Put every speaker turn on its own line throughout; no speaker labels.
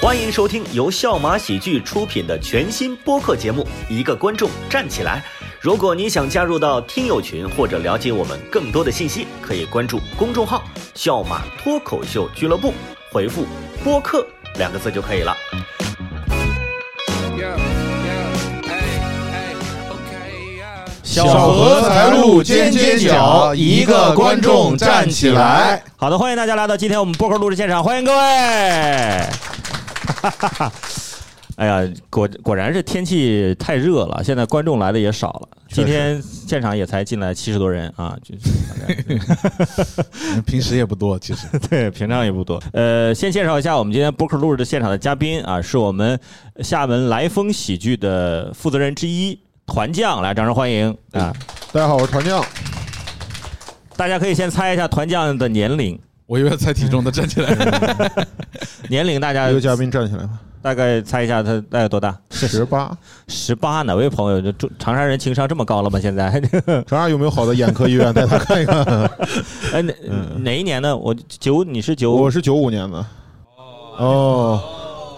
欢迎收听由笑马喜剧出品的全新播客节目《一个观众站起来》。如果你想加入到听友群或者了解我们更多的信息，可以关注公众号“笑马脱口秀俱乐部”，回复“播客”两个字就可以了。
Yeah, yeah, hey, hey, okay, yeah.
小荷才露尖尖角，一个观众站起来。
好的，欢迎大家来到今天我们播客录制现场，欢迎各位。哎呀，果果然是天气太热了，现在观众来的也少了。今天现场也才进来七十多人啊，就是大概
平时也不多，其实
对，平常也不多。呃，先介绍一下我们今天播客录制现场的嘉宾啊，是我们厦门来风喜剧的负责人之一团酱，来，掌声欢迎啊！
大家好，我是团酱。
大家可以先猜一下团酱的年龄，
我以为猜体重的，站起来。
年龄大家
一个嘉宾站起来吧，
大概猜一下他大概多大？
十八，
十八，哪位朋友？这中长沙人情商这么高了吗？现在？
长沙有没有好的眼科医院带他看一看？
哎，哪哪一年呢？我九，你是九
我，是九五年的，哦，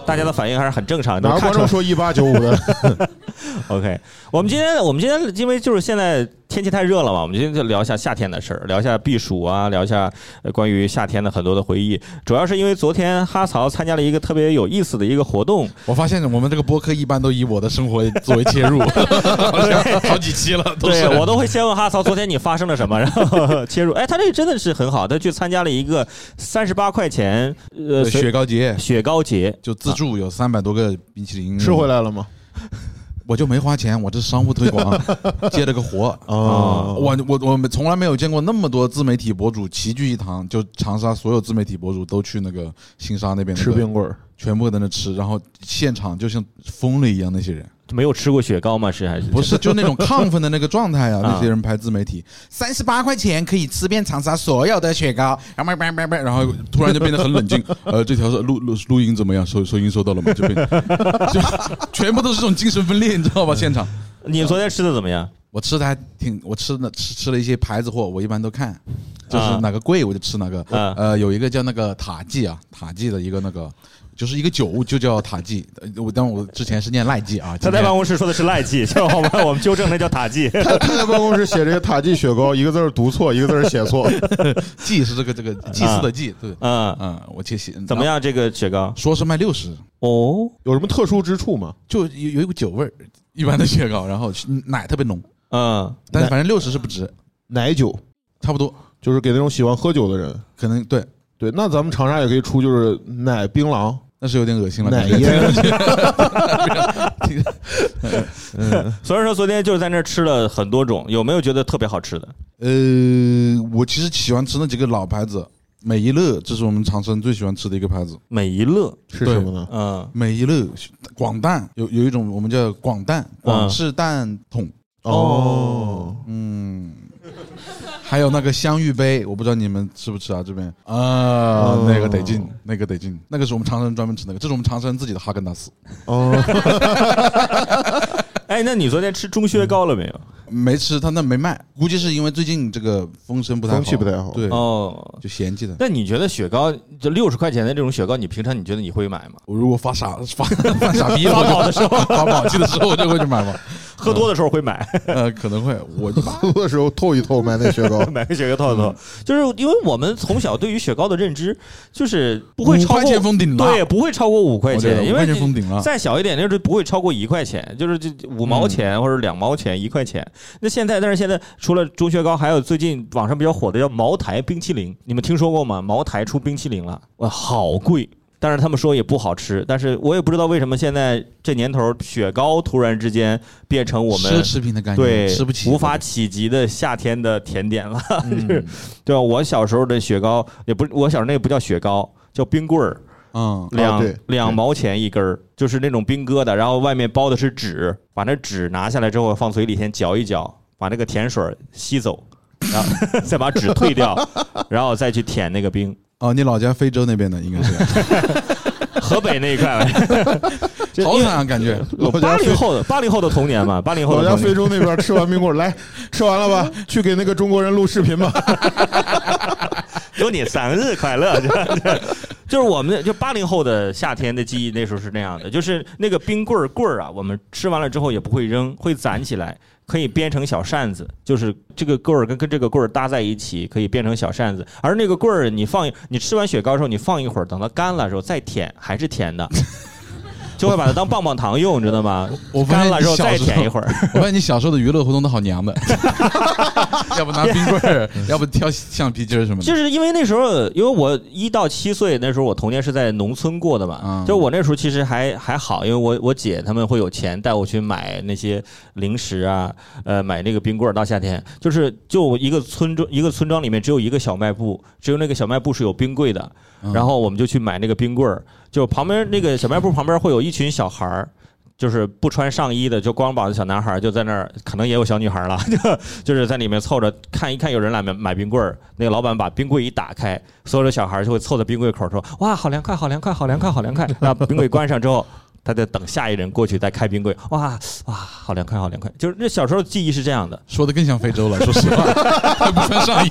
大家的反应还是很正常的。能
哪个
看
观
出
众
来
说一八九五的？
OK，我们今天我们今天因为就是现在天气太热了嘛，我们今天就聊一下夏天的事儿，聊一下避暑啊，聊一下呃关于夏天的很多的回忆。主要是因为昨天哈曹参加了一个特别有意思的一个活动，
我发现我们这个播客一般都以我的生活作为切入，好像好几期了，都是
对我都会先问哈曹昨天你发生了什么，然后切入。哎，他这个真的是很好，他去参加了一个三十八块钱呃
对
雪
雪糕节。
雪糕节，
就自助有三百多个冰淇淋，
吃回来了吗？
我就没花钱，我这商务推广啊 接了个活啊
哦
我我我们从来没有见过那么多自媒体博主齐聚一堂，就长沙所有自媒体博主都去那个新沙那边那个
吃冰棍儿，
全部在那吃，然后现场就像疯了一样，那些人
没有吃过雪糕吗？是还是
不是就那种亢奋的那个状态啊，
啊
那些人拍自媒体，三十八块钱可以吃遍长沙所有的雪糕，然后叭叭叭，然后突然就变得很冷静，呃，这条是录录录音怎么样？收收音收到了吗？就变就全部都是这种精神分裂，你知道吧？现场。
你昨天吃的怎么样？
我吃的还挺，我吃的吃吃了一些牌子货，我一般都看，就是
啊
哪个贵我就吃哪个。
啊
呃，有一个叫那个塔记啊，塔记的一个那个，就是一个酒就叫塔记。呃我但我之前是念赖记啊，
他在办
帮我
公室说的是赖记， 小伙伴，我们纠正那叫塔记。
他他在办公室写这个塔记雪糕，一个字儿读错，一个字儿写错，
记是这个这个祭祀的祭，对，
嗯，
嗯，我去写
怎么？样？这个雪糕？
说是卖六十，
哦，
有什么特殊之处吗？
就有有一股酒味儿，一般的雪糕，然后奶特别浓，
嗯，
但是反正六十是不值，
奶酒
差不多，
就是给那种喜欢喝酒的人。
可能对，
对，那咱们长沙也可以出，就是奶槟榔、
那是有点恶心了，
奶
感觉
烟，
所以说昨天就是在那儿吃了很多种，有没有觉得特别好吃的？
呃，我其实喜欢吃那几个老牌子，美一乐，这是我们长春最喜欢吃的一个牌子。
美一乐，
是什么呢？
嗯，
美一乐广蛋有有一种我们叫广蛋，广式蛋筒，
哦，
还有那个香芋杯，我不知道你们吃不吃啊？这边啊，那个得劲，那个得劲，那个是我们长春专门吃那个，这是我们长春自己的哈根达斯。
哦，
哎，那你昨天吃中薛糕了没有？
没吃，他那没卖，估计是因为最近这个风声不太好，
风气不太好
对，
哦，
就嫌弃的。
那你觉得雪糕就六十块钱的这种雪糕，你平常你觉得你会买吗？
我如果发傻发发傻逼
发宝的
时候，发宝气的时候，我就会去买嘛。
喝多的时候会买，，
呃，可能会，我一般
喝的时候透一透买那雪糕
买个雪糕套一
嗯
套。就是因为我们从小对于雪糕的认知，就是不会
五
超
块钱
过。
封顶了，
对，不会超过五块
我觉得
钱，因
五
为
块钱封顶了。嗯
再小一点就是不会超过一块钱，就是这五毛钱或者两毛钱、一块钱。那现在，但是现在除了中雪糕，还有最近网上比较火的叫茅台冰淇淋，你们听说过吗？茅台出冰淇淋了，哇，好贵！但是他们说也不好吃，但是我也不知道为什么现在这年头雪糕突然之间变成我们
奢侈品的感觉，
对
吃不起，嗯
无法企及的夏天的甜点了。 就是对吧？啊我小时候的雪糕也不，我小时候那个不叫雪糕，叫冰棍儿。
嗯，
两、
哦对
两毛钱一根儿，就是那种冰疙瘩，然后外面包的是纸，把那纸拿下来之后放嘴里先嚼一嚼，把那个甜水儿吸走，然后 再把纸退掉，然后再去舔那个冰。
哦，你老家非洲那边的应该是，
河北那一块吧， 这
好惨啊，感 觉。
老
八
家
零后的八零后的童年嘛，八零后
我
的
家
童
非
年。
洲那边吃完冰棍儿，来吃完了吧？去给那个中国人录视频吧。
祝你生日快乐！就是我们就八零后的夏天的记忆，那时候是那样的，就是那个冰棍儿棍儿啊，我们吃完了之后也不会扔，会攒起来，可以编成小扇子，就是这个棍儿跟跟这个棍儿搭在一起，可以变成小扇子。而那个棍儿，你放一你吃完雪糕之后，你放一会儿，等它干了之后再舔，还是 甜的。就会把它当棒棒糖用，你知道吗？
我发
干
现
了
你
之后
小
再
时候
舔一会儿。
我发现你小时候的娱乐活动都好娘 的，要不拿冰棍儿，要不挑橡皮筋儿什么的。
就是因为那时候，因为我一到七岁那时候，我童年是在农村过的嘛
嗯，
就我那时候其实还还好，因为我我姐他们会有钱带我去买那些零食啊，呃，买那个冰棍儿。到夏天，就是就一个村庄一个村庄里面只有一个小卖部，只有那个小卖部是有冰柜的，
嗯
然后我们就去买那个冰棍儿，就旁边那个小卖部旁边会有一群小孩儿。就是不穿上衣的，就光膀子小男孩儿就在那儿，可能也有小女孩儿了， 就就是在里面凑着看一看有人来买买冰棍儿，那个老板把冰柜一打开，所有的小孩儿就会凑到冰柜口儿说：“哇，好凉快，好凉快，好凉快，好凉快。”那冰柜关上之后，他在等下一人过去再开冰柜，哇哇，好凉快，好凉快。就是那小时候记忆是这样的，
说的更像非洲了，说实 话，还不穿上衣。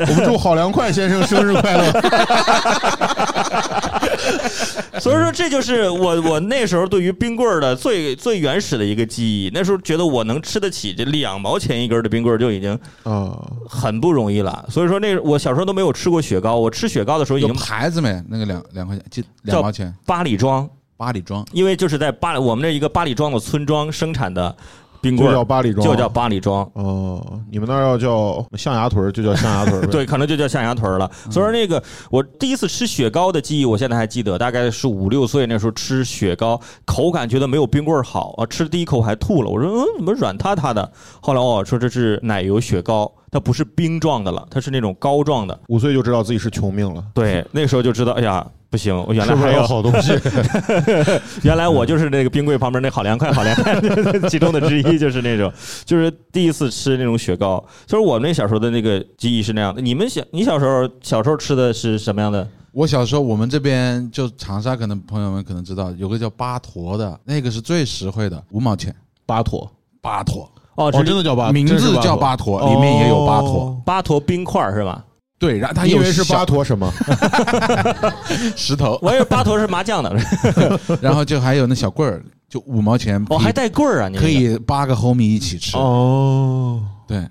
我们祝好凉快先生生日快乐。
所以说，这就是我我那时候对于冰棍儿的最最原始的一个记忆。那时候觉得我能吃得起这两毛钱一根儿的冰棍儿就已经
啊，
很不容易了。所以说那，我小时候都没有吃过雪糕，我吃雪糕的时候已
有
经
牌子没？那个两两块钱，就两毛钱，
八里庄，
八里庄。
因为就是在八里我们这一个八里庄的村庄生产的冰棍
就叫
儿，
八里庄，
就叫八里庄。
哦，你们那儿要叫象牙屯儿，就叫象牙屯儿呗。
对，可能就叫象牙屯儿了。所以说那个我第一次吃雪糕的记忆，我现在还记得，大概是五六岁那时候吃雪糕，口感觉得没有冰棍儿好啊，吃第一口还吐了。我说嗯，怎么软塌塌的？后来哦，说这是奶油雪糕，它不是冰状的了，它是那种膏状的。
五岁就知道自己是穷命了，
对，那时候就知道，哎呀。不行，我原来
吃不哦
还
了
有，
好东西。
原来我就是那个冰柜旁边那好凉快，好凉快 其中的之一，就是那种，就是第一次吃那种雪糕，就是我们那小时候的那个记忆是那样的。你们小，你小时候小时候吃的是什么样的？
我小时候，我们这边就长沙，可能朋友们可能知道，有个叫巴坨的，那个是最实惠的，五毛钱。
巴妥，
巴坨，
哦，
哦，
这
真的叫巴，
名
真是
字叫巴
巴妥，
坨，里面也有巴坨。
哦。
巴坨冰块儿是吧？
对，然后它
你以
有
为是
小
巴坨什么？
石头，
我以为巴坨是麻酱 的，
然后就还有那小棍儿，就五毛钱。
哦，还带棍儿啊？你那个
可？以八个 homie 一起吃。
哦，
对，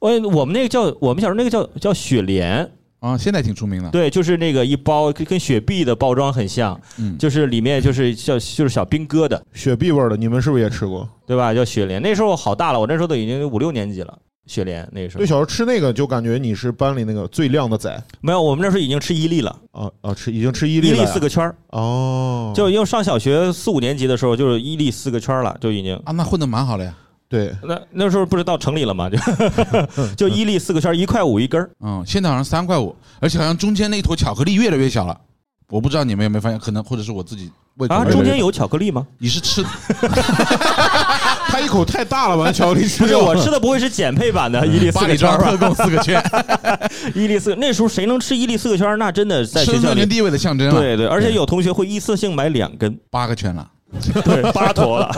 我哦我们那个叫我们小时候那个叫叫雪莲，
啊，现在挺出名的。
对，就是那个一包跟跟雪碧的包装很像，
嗯，
就是里面就是叫就是小冰疙瘩，
雪碧味儿的，你们是不是也吃过？
对吧？叫雪莲。那时候我好大了，我那时候都已经五六年级了。雪莲那时候
对，小时候吃那个，就感觉你是班里那个最靓的仔
没有，我们那时候已经吃伊利了，
啊啊，吃已经吃伊
伊
利了
利
呀
四个圈儿，
哦，
就因为上小学四五年级的时候就是伊利四个圈儿了，就已经。
啊，那混的蛮好的呀。
对，
那那时候不是到城里了吗？就就 伊利四个圈儿，一块五一 根儿。
嗯，现在好像三块五，而且好像中间那一坨巧克力越来越小了。我不知道你们有没有发现，可能或者是我自己胃口
啊，
越来越
中间有巧克力吗？
你是吃
他一口太大了吧，把巧克 力吃
不是
掉了。
我吃的不会是减配版的伊利四
哎嗯巴
个
里
圈
庄
儿
特
吧？
供四个圈，
伊利四那时候谁能吃伊利四个圈儿？那真的在学
身
校
份
里
跟。地位的象征了。
对对，而且有同学会一次性买两根，
八个圈了，
对，八坨了，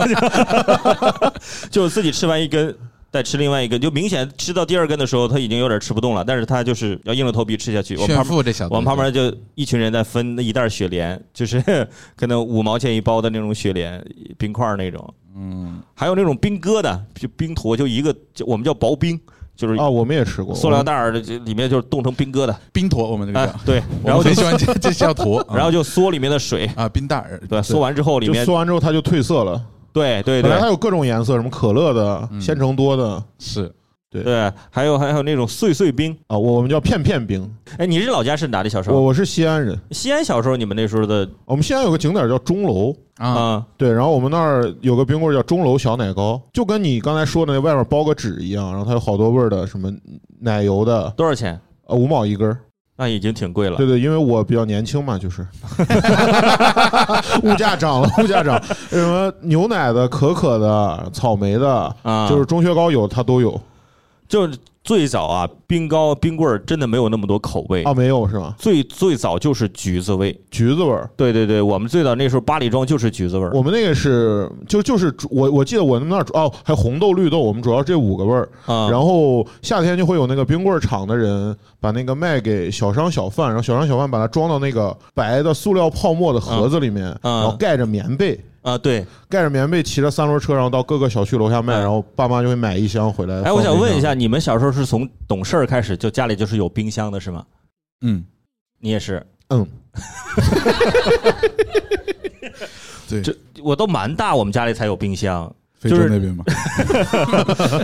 就自己吃完一根，再吃另外一根，就明显吃到第二根的时候，他已经有点吃不动了，但是他就是要硬着头皮吃下去。我们
炫
旁边
富这小子。
我们旁边就一群人在分那一袋雪莲，就是可能五毛钱一包的那种雪莲冰块儿那种，嗯，还有那种冰疙瘩，就冰坨，就一个，就我们叫薄冰，就是
啊，我们也吃过
塑料袋儿的，这里面就是冻成冰疙瘩，
冰坨，我们这个
哎
叫，，
对，
我
然后
们
就
很喜欢这这叫坨，嗯
然后就缩里面的水，
啊冰袋儿，
对，缩完之后里
就
面
嗦，完之后它就褪色了。
对对
本来它
对
有各种颜色，什么可乐的、
嗯
鲜橙多的
是
对，还有还有那种碎碎冰。
啊，我们叫片片冰。
哎，你这老家是哪里？小时
我
候，
我是西安人，
西安小时候你们那时候的
我们西安有个景点叫钟楼，
啊，
啊，
对，然后我们那儿有个冰棍儿叫钟楼小奶糕，就跟你刚才说的那外面包个纸一样，然后它有好多味儿的，什么奶油的，
多少钱？
呃，五毛一根儿。
那已经挺贵了
对。对，因为我比较年轻嘛，就是 物价涨了， 物价涨，什么牛奶的、可可的、草莓的，
啊，
就是中雪糕有它都有。
就是最早啊，冰糕、冰棍儿真的没有那么多口味，
啊，没有是吗？
最最早就是橘子味。
橘子味儿。
对对对，我们最早那时候八里庄就是橘子味儿。
我们那个是就就是主我我记得我们那儿主哦，还有红豆绿豆，我们主要这五个味儿。
啊，
然后夏天就会有那个冰棍儿厂的人把那个卖给小商小贩，然后小商小贩把它装到那个白的塑料泡沫的盒子里面，
嗯
然后盖着棉被，
啊对，
盖着棉被骑着三轮车，然后到各个小区楼下卖，
嗯
然后爸妈就会买一呃箱回来。
哎，我想
啊
问一，下，你们小时候是从懂事儿开始就家里就是有冰箱的是吗？
嗯，
你也是？
嗯，
对，
这我都蛮大，我们家里才有冰箱。
非
就
洲
是
那边嘛，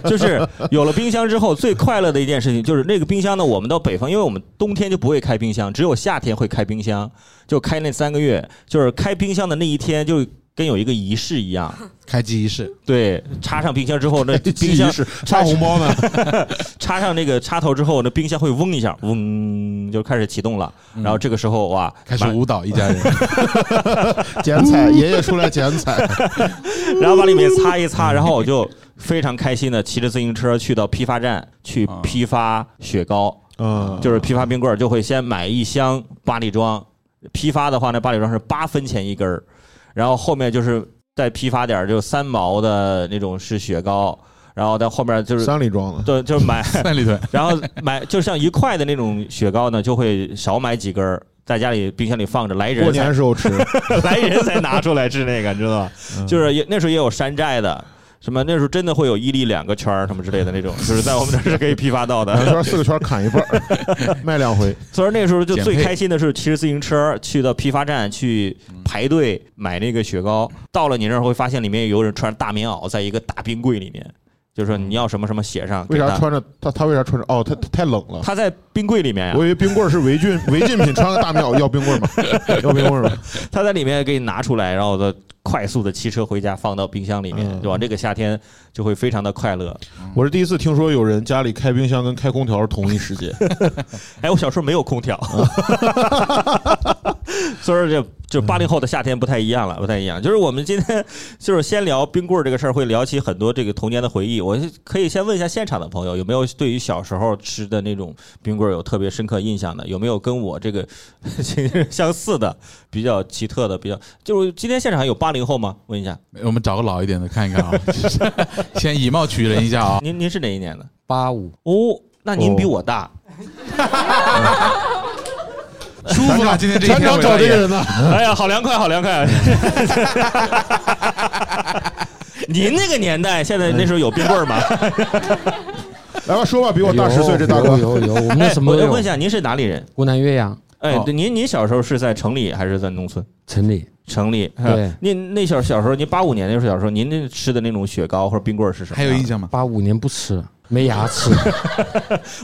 就是有了冰箱之后，最快乐的一件事情就是那个冰箱呢，我们到北方，因为我们冬天就不会开冰箱，只有夏天会开冰箱，就开那三个月，就是开冰箱的那一天就。跟有一个仪式 一样，
开机仪式，
对，插上冰箱之后， 那冰箱
是发 红包呢，
插上那个插头之后，那冰箱会嗡一下，嗡就开始启动了。然后这个时候哇，
嗯开始
把
舞蹈一家 人，
剪彩，爷爷出来剪彩，
然后把里面擦一擦， 然后我就非常开心的骑着自行车去到批发站去
啊
批发雪糕，
嗯，
就是批发冰棍儿，就会先买一箱八里庄，批发的话呢，八里庄是八分钱一根儿，然后后面就是再批发点儿，就三毛的那种是雪糕，然后到后面就是
三里庄的，
对，就是买，
三里屯，
然后买就像一块的那种雪糕呢，就会少买几根儿。在家里冰箱里放着，来人
过
才
年时候嗯吃，
来人才拿出来吃那个，你知道吧？就是也那时候也有山寨的，什么那时候真的会有伊利两个圈儿什么之类的那种，就是在我们这儿是可以批发到 的。
两圈四个圈砍一半儿， 卖两回。
所以那时候就最
减配
开心的是骑着自行车去到批发站去排队买那个雪糕，到了你那儿会发现里面有人穿大棉袄，在一个大冰柜里面，就说你要什么什么写上。给
为啥
他？
穿着他他为啥穿着？哦，他他太冷了。
他在冰柜里面啊呀、
我以为冰棍儿是违禁违禁品，穿个大棉袄要冰棍儿嘛，要冰棍儿嘛。
他在里面给你拿出来，然后再快速的骑车回家，放到冰箱里面，
嗯
对吧？这个夏天就会非常的快乐。
我是第一次听说有人家里开冰箱跟开空调是同一时间。
哎，我小时候没有空调， 所以说这就八零后的夏天不太一样了，不太一样。就是我们今天就是先聊冰棍儿这个事儿，会聊起很多这个童年的回忆。我可以先问一下现场的朋友，有没有对于小时候吃的那种冰棍儿有特别深刻印象的？有没有跟我这个 相似的、比较奇特的、比较？就是今天现场有八零后吗？问一下，
我们找个老一点的看一看啊， 先以貌取人一下啊，
您您是哪一年的？
八五，
哦，那您比我大。
舒服了，今天这一
船
天
长
我
找
来
这个
演
人呢？
嗯
哎呀，好凉快，好凉 快！您那个年代，现在那时候有冰棍儿 吗？
来吧，说吧，比我大十岁这大哥
有，有有，我们那
哎
什么
我
都
要问一
有。
下，您是哪里人？
湖南岳阳
哎，
哦
对您您小时候是在城里还是在农村？
城里，
城里。
对
您那小小时候，您八五年那时候小时候，您那吃的那种雪糕或者冰棍儿是什么？
还有印，象吗？
八五年不吃，没牙齿。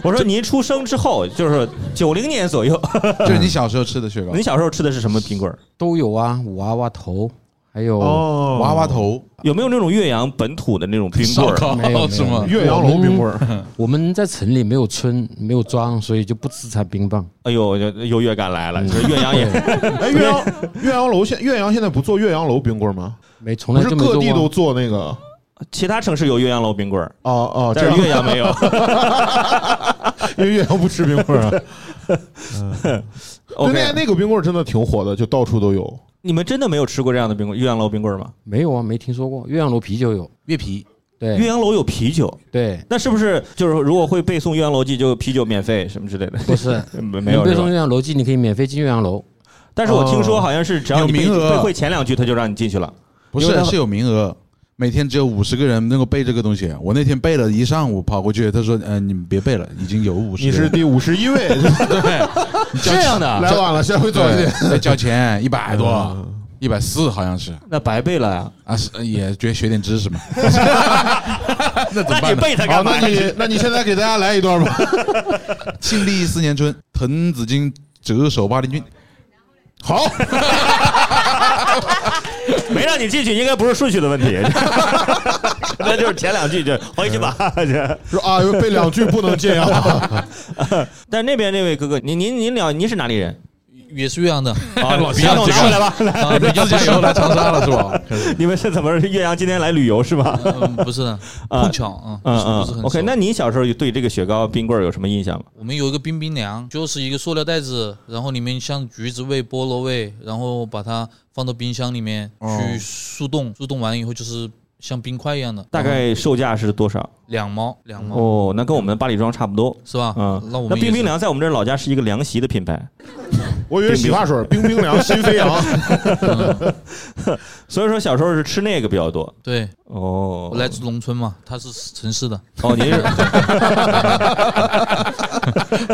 我说您出生之后，就是九零年左右，
就是你小时候吃的雪糕
您，小时候吃的是什么冰棍儿？
都有啊，娃娃头，还有、
哦
娃娃头，
有没有那种岳阳本土的那种冰棍
烧
儿？
没有没
烤
有
是吗？
岳阳楼冰棍儿，
我们在城里没有村，没有庄，所以就不吃产冰棒。
哎呦，就优越感来了，就是岳阳也
哎，岳阳岳阳楼现岳阳现在不做岳阳楼冰棍儿吗？
没，从
不
来
是
就没
各地都
做过。啊
做那个
其他城市有岳阳楼冰棍儿，
哦哦，这
但
样
是岳阳 没有。
因为岳阳不吃冰棍儿啊。对，
OK，
那那个冰棍儿真的挺火的，就到处都有。
你们真的没有吃过这样的冰棍岳阳楼冰棍吗？
没有啊，没听说过。岳阳楼啤酒有，
月皮，
岳
对
阳楼有啤酒，
对，
那是不是就是如果会背诵《岳阳楼记》，就啤酒免费什么之类的？。
不是
没没有
背
这
诵
种。
岳阳楼记，你可以免费进岳阳楼。
但是我听说好像是只要你背
有名额
背会前两句，他就让你进去了。
不
因为
是
他
是有名额。每天只有五十个人能够背这个东西，我那天背了一上午，跑过去，他说：“嗯、你们别背了，已经有五十。”
你是第五十一位，
这样的，
来晚了，下回早一点。
对，交钱嗯一百多，一百四好像是
那白背了呀？
啊，是也觉得学点知识嘛。 那怎么
那
办
你
呢？
背它
好，
干嘛
那？你那你现在给大家来一段吧。
庆历四年春，滕子京折首巴陵郡。好，
没让你进去，应该不是顺序的问题。 那就是前两句就回去吧。
说啊，背 两句不能这样。啊
但那边那位哥哥，您您您聊，您是哪里人？
也是岳阳的，
啊，
老
比
乡
较
这个
拿回来吧。
啊
你们自己又来长沙了是吧？
你们是怎么？岳阳今天来旅游是吧？
嗯不是的，
啊
碰巧啊，不
嗯
是不是很
嗯
熟
，OK。那你小时候对这个雪糕、冰棍儿有什么印象吗？
我们有一个冰冰凉，就是一个塑料袋子，然后里面像橘子味、菠萝味，然后把它放到冰箱里面
哦
去速冻，速冻完以后就是像冰块一 样的，
大概售价是多少？
两毛两毛、
哦，那跟我们的八里庄差不多。
是吧？
嗯，
那我们
那冰
也
冰
是
凉在我们这儿老家是一个凉席的品牌，
我以为洗发水，冰冰凉，心飞扬。
所以说小时候是吃那个比较多。
对，
哦，
我来自农村嘛，他是城市的，
哦，您 是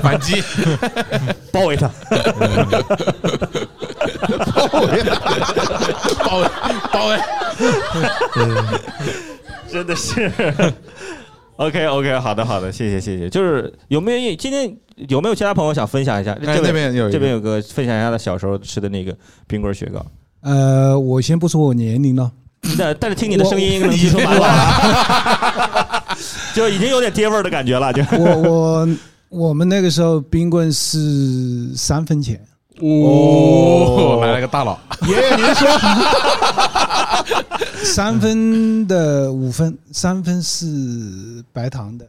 反击，
包围 他，
包围包围。
真的 是。OK OK，好的好的，谢谢谢谢。就是有没有今天有没有其他朋友想分享一下？
哎，
这
那
位
边有一个
这边有个分享一下他小时候吃的那个冰棍雪 糕，
呃，我先不说我年 龄了，
但但是听你的声音应该能听出来了， 就已经有点爹味儿的感觉了，就
我我我们那个时候冰棍是三分钱，
哦，来了个大佬，
爷爷，您说
三分的五分，三分是白糖的，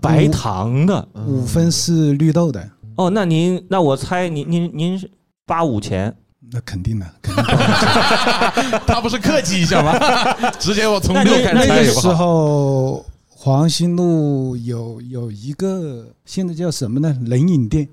白糖啊的。
五分是绿豆的，
哦，那您那我猜您您您是八五前，
那肯定的。
他不是客气一下吗？ 直接我从
那
六
你
开
那
始
个
猜也不
时
好。
候，黄兴路有有一个现在叫什么呢？冷饮店，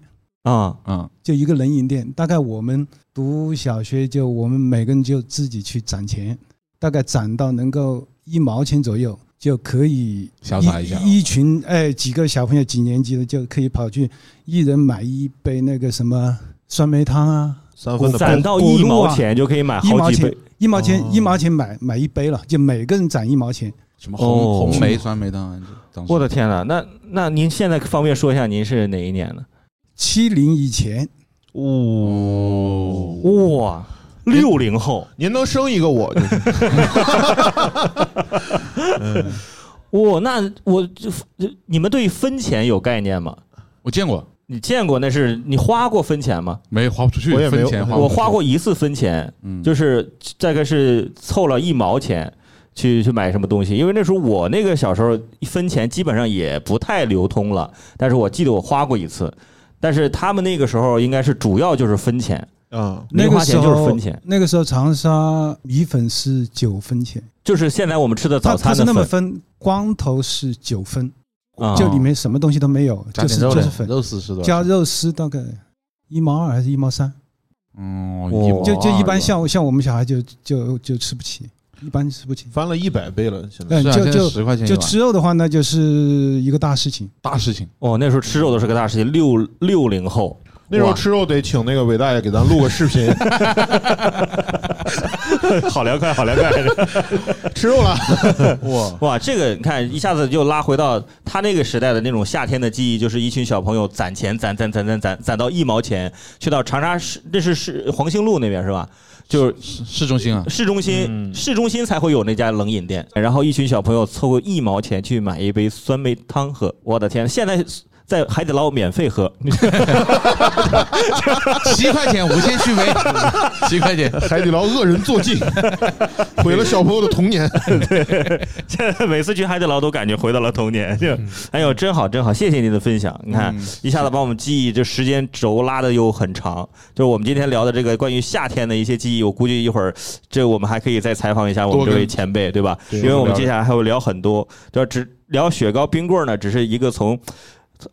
啊、
嗯，
就一个冷饮店。大概我们读小学就我们每个人就自己去攒钱，大概攒到能够一毛钱左右。就可以
潇洒一下
一群哎几个小朋友几年级的就可以跑去，一人买一杯那个什么酸梅汤啊，
三分的
攒到
包
咕
一
噜
毛
啊
钱就可以买
一
好
毛
几
钱
杯。
一毛钱
哦
一毛钱买买一杯了，就每个人攒一毛钱。
什么
哦
红红梅、酸梅汤？当时
我的天呐，那那您现在方便说一下您是哪一年的？
七零以前，
哦，
哇，六零后，
您能生一个我？就是
哇，那我就你们对分钱有概念吗？
我见过，
你见过那是你花过分钱吗？
没花不出去
我也，没
分
有
钱花
我
不出去
花，过一次分钱，
嗯，
就是大概是凑了一毛钱去去买什么东西，因为那时候我那个小时候一分钱基本上也不太流通了，但是我记得我花过一次，但是他们那个时候应该是主要就是分钱，
啊，
那
零
个
花
时
钱就是
候
分钱，
那个时候长沙米粉是九分钱，
就是现在我们吃的
它
早
它
餐
是
的
那么
粉，
分，光头是九分，
啊
就里面什么东西都没有，
加
就是
点肉
就是
嘞，
粉，
肉丝是多
加
少？
肉丝大概一毛二还是一毛三，
嗯，
哇
一毛
就就一
二
般
吧
像像我们小孩就就就吃不起，一般吃不起。
翻了一百倍了，现在
嗯，
是啊，
就就
十块钱一
就
碗
吃肉的话，那就是一个大事情。
大事情，
哦，那时候吃肉都是个大事情，六六零后
那时候
哇
吃肉得请那个伟大爷给咱录个视 频，
好凉快，好凉快。
吃肉了。
哇，
哇，这个你看一下子就拉回到他那个时代的那种夏天的记忆，就是一群小朋友攒钱攒攒攒攒攒攒到一毛钱，去到长沙市，这是市黄兴路那边是吧？就是
市市中心啊，
市中心，
嗯
市中心才会有那家冷饮店，然后一群小朋友凑够一毛钱去买一杯酸梅汤喝，我的天，现在。在海底捞免费喝，
七块钱无限续杯， 七块钱，
海底捞恶人作尽， 毁了小朋友的童年。
每次去海底捞都感觉回到了童年。就哎呦，真好，真好，谢谢您的分享。你看，一下子把我们记忆这时间轴拉的又很长。就是我们今天聊的这个关于夏天的一些记忆，我估计一会儿这我们还可以再采访一下我们这位前辈，对吧？
对
因为我们接下来还会聊很多，就只聊雪糕、冰棍儿呢，只是一个从。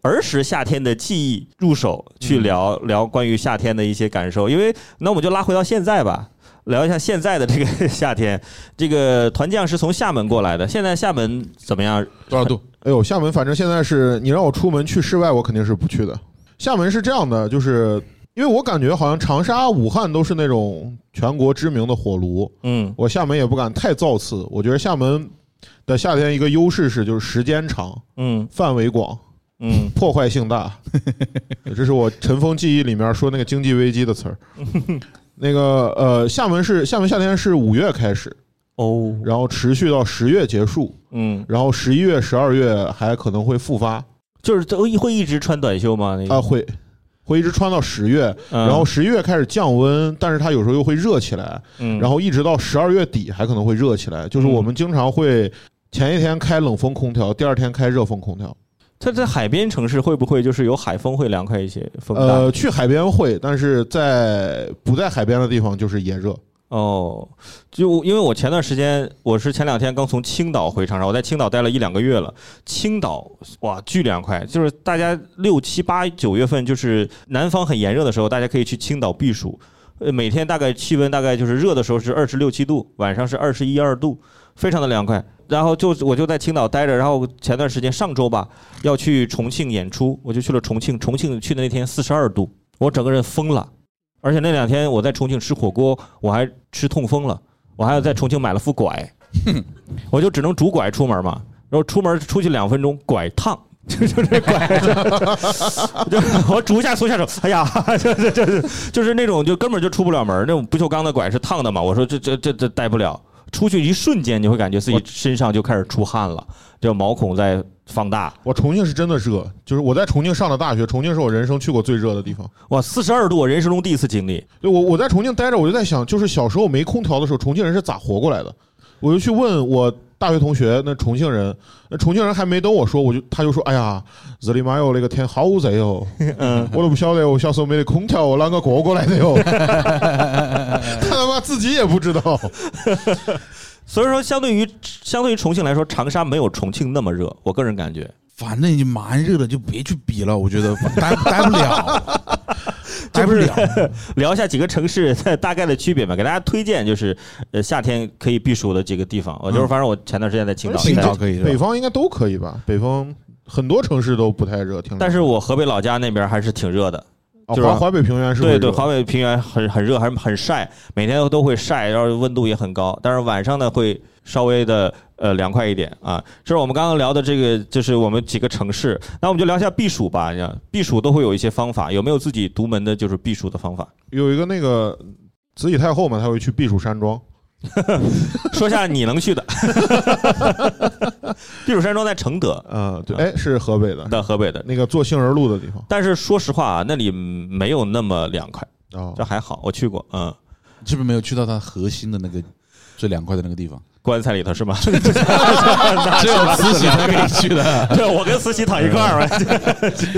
儿时夏天的记忆入手去聊聊关于夏天的一些感受，因为那我们就拉回到现在吧，聊一下现在的这个 夏天。这个团将是从厦门过来的，现在厦门怎么样？
多少度？
哎呦，厦门反正现在是你让我出门去室外，我肯定是不去的。厦门是这样的，就是因为我感觉好像长沙、武汉都是那种全国知名的火炉，
嗯
我厦门也不敢太造次。我觉得厦门的夏天一个优势是就是时间长、
嗯
范围广、
嗯，
破坏性大，这是我尘封记忆里面说那个经济危机的词儿。那个呃，厦门是厦门夏天是五月开始，
哦，
然后持续到十月结束，
嗯，
然后十一月、十二月还可能会复发啊、啊
就是都会一直穿短袖吗？那个
会会一直穿到十月，
嗯
然后十一月开始降温，但是它有时候又会热起来，
嗯，
然后一直到十二月底还可能会热起来。就是我们经常会前一天开冷风空调，第二天开热风空调。
它在海边城市会不会就是有海风会凉快一些？风大、
呃，去海边会，但是在不在海边的地方就是也热。
哦，就因为我前段时间我是前两天刚从青岛回长沙，我在青岛待了一两个月了。青岛哇，巨凉快，就是大家六七八九月份就是南方很炎热的时候，大家可以去青岛避暑。呃，每天大概气温大概就是热的时候是二十六七度，晚上是二十一二度，非常的凉快。然后就我就在青岛待着，然后前段时间上周吧要去重庆演出，我就去了重庆。重庆去的那天四十二度，我整个人疯了。而且那两天我在重庆吃火锅，我还吃痛风了，我还要在重庆买了副拐，我就只能拄拐出门嘛。然后出门出去两分钟，拐烫， 就是这拐，就我拄一下松下手，哎呀， 就是就是就是那种就根本就出不了门，那种不锈钢的拐是烫的嘛。我说这这这这戴不了，出去一瞬间你会感觉自己身上就开始出汗了，就毛孔在放大。
我重庆是真的热，就是我在重庆上的大学，重庆是我人生去过最热的地方。
哇，四十二度，我人生中第一次经历。
对我我在重庆待着，我就在想，就是小时候没空调的时候，重庆人是咋活过来的？我就去问我大学同学，那重庆人，那重庆人还没等我说，我就他就说，哎呀，日里妈哟，那个天好热哟， 我都不晓得，我小时候没得空调，我啷个过过来的哟？ 他他妈自己也不知道。
所以说，相对于相对于重庆来说，长沙没有重庆那么热，我个人感觉。
反正你蛮热的，就别去比了，我觉得待待不了， 待不了。
聊一下几个城市的大概的区别吧，给大家推荐就是呃夏天可以避暑的几个地方。我呃
嗯
就是反正我前段时间在青岛，
青岛
在
可以是吧
北方应该都可以吧？北方很多城市都不太热，听着
但是我河北老家那边还是挺热的，
哦
就是
华华北平原是会
对对，
热
华北平原很很热，还很晒，每天都会晒，然后温度也很高，但是晚上呢会稍微的呃凉快一点啊。这是我们刚刚聊的这个，就是我们几个城市，那我们就聊一下避暑吧。你看避暑都会有一些方法，有没有自己独门的就是避暑的方法？
有一个那个慈禧太后嘛，她会去避暑山庄。
说下你能去的， 避暑山庄在承德
嗯，对，哎，是河北的，
的河北的，
那个做杏仁露的地方
但是说实话啊，那里没有那么凉快，
啊
这。还好，我去过，嗯，
是不是没有去到它核心的那个最凉快的那个地 方？
棺材里头是吗？
只有慈禧才可以去 的。
对，我跟思琪躺一块儿了，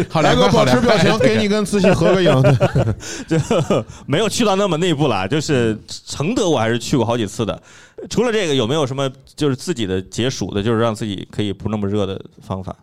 好
来
凉
个
快，
保
好
持
凉
表
快。
情，给你跟慈禧合个影。
就
对
没有去到那么内部啦。就是承德，我还是去过好几次的。除了这个，有没有什么就是自己的解暑的，就是让自己可以不那么热的方法？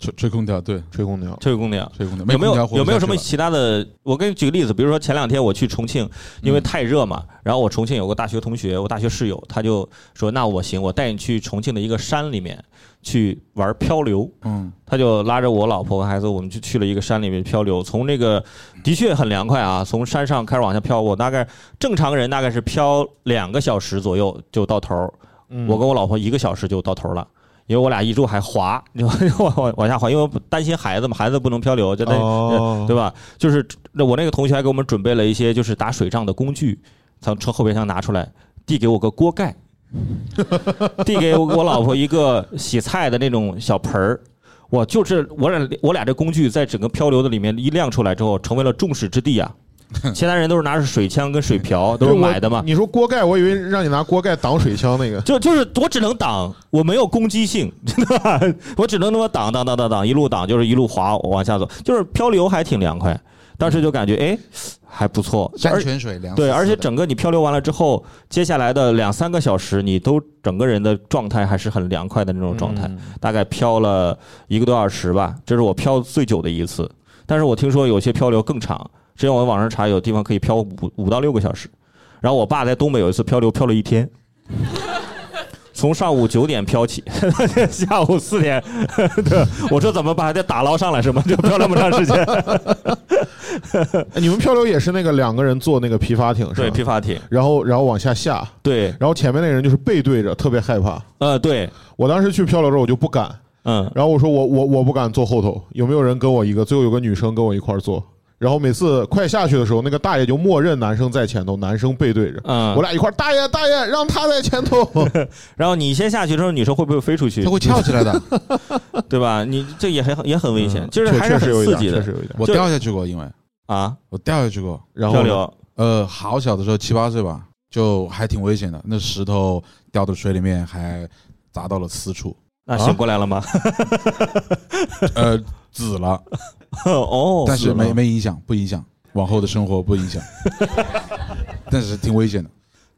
吹吹空调，对，
吹空调，
吹空调。
吹空调。
有没
空调
有
活不
有没有
下
什么
去了
其他的？我给你举个例子，比如说前两天我去重庆，因为
嗯
太热嘛，然后我重庆有个大学同学，我大学室友，他就说那我行，我带你去重庆的一个山里面去玩漂流。
嗯
他就拉着我老婆和孩子，我们就去了一个山里面漂流。从那个的确很凉快啊，从山上开始往下飘，我大概正常人大概是飘两个小时左右就到头儿，
嗯
我跟我老婆一个小时就到头儿了。因为我俩一住还滑， 就往往往下滑，因为我担心孩子嘛，孩子不能漂流，就担
哦
对吧？就是那我那个同学还给我们准备了一些就是打水仗的工具，从车后备箱拿出来，递给我个锅 盖，递给我我老婆一个洗菜的那种小盆儿。我就是我俩我俩这工具在整个漂流的里面一亮出来之后，成为了众矢之的 啊！其他人都是拿着水枪跟水瓢，都是
对我
买的嘛。
你说锅盖，我以为让你拿锅盖挡水枪那 个。
就就是我只能挡，我没有攻击性， 真的吧，我只能那么挡挡挡挡挡，一路挡就是一路滑，我往下走，就是漂流还挺凉快，当时就感觉哎还不错，
山
而
泉水凉丝丝
对，
的。
而且整个你漂流完了之后，接下来的两三个小时，你都整个人的状态还是很凉快的那种状态，大概漂了一个多小时吧，这是我漂最久的一次，但是我听说有些漂流更长，之前我网上查有地方可以漂五五到六个小时，然后我爸在东北有一次漂流漂了一天。 从上午九点飘起， 下午四点， 对，我说怎么把这打捞上来是吗？就漂那么长 时间，
哎你们漂流也是那个两个人坐那个皮筏艇是
对，
吧
皮？筏艇，
然后然后往下下，
对，
然后前面那个人就是背对着，特别害怕。
呃，对，
我当时去漂流的时候，我就不敢。
嗯，
然后我说我我我不敢坐后头，有没有人跟我一个？最后有个女生跟我一块儿坐。然后每次快下去的时候，那个大爷就默认男生在前头，男生背对着。
嗯
我俩一块儿，大爷大爷，让他在前头。
然后你先下去之后，女生会不会飞出去
它？会翘起来 的，
对吧？你这也很也很危险，就是
确
还是
嗯确实
很
有一
刺
点，
激
确
的
实有一点。
我掉下去过，因为
啊，
我掉下去过。
然后
漂
呢
流
呃，好小的时候，七八岁吧，就还挺危险的。那石头掉到水里面，还砸到了私 处，
那醒过来了吗？
呃，紫了，
哦，
但是
死了
没没影响，不影响往后的生活不影 响，但是挺危险的。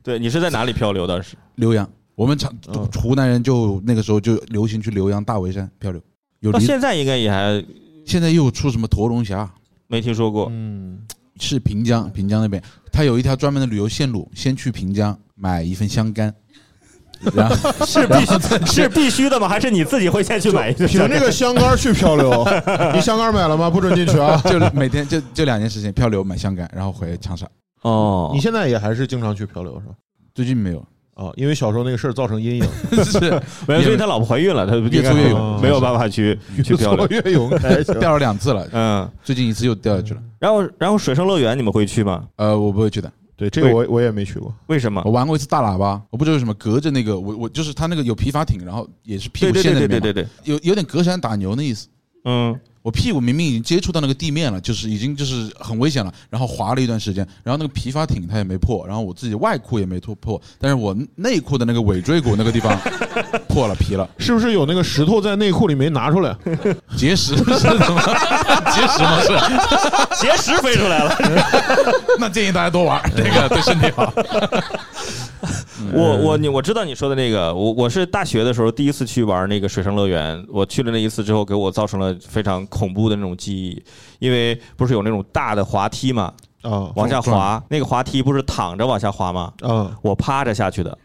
对你是在哪里漂流的？是
浏阳，我们常
嗯
湖南人就那个时候就流行去浏阳大围山漂流，有
到
离
现在应该也还
现在又出什么驼龙峡，
没听说过。
嗯，
是平江，平江那边，它有一条专门的旅游线路，先去平江买一份香干，然后
是必须 是必须的吗？还是你自己会先去买一个？
凭这个香杆儿去 漂流，你香杆儿买了吗？不准进去啊！
就每天就就两件事情，漂流买香干，然后回长沙。
哦，
你现在也还是经常去漂流是吧？
最近没有，
啊，因为小时候那个事儿造成阴影，
是
没有，所以他老婆怀孕了，他
越挫越勇
没有办法去 去
越
漂
挫
流。
越勇开始。
掉了两次了，
哎嗯，
最近一次又掉下去了。
然后然后水上乐园你们会去吗？
呃，我不会去的，
对，这个我我也没去过。
为什么？
我玩过一次大喇叭，我不知道为什么隔着那个我我就是他那个有皮筏艇，然后也是屁
对
股
对
陷
对
在里
对对
面嘛，
对对，
有有点隔山打牛的意思。
嗯，
我屁股明明已经接触到那个地面了，就是已经就是很危险了，然后滑了一段时间，然后那个皮筏艇它也没破，然后我自己外裤也没脱破，但是我内裤的那个尾椎骨那个地方 破了皮了，
是不是有那个石头在内裤里没拿出来？
结石 是怎么？结石吗？是？
结石飞出来了。
那建议大家多玩，这个对身体好。嗯
我我你我知道你说的那个，我我是大学的时候第一次去玩那个水上乐园，我去了那一次之后，给我造成了非常恐怖的那种记忆，因为不是有那种大的滑梯嘛，
啊
往
哦
下滑，那个滑梯不是躺着往下滑吗？
啊！
我趴着下 去的，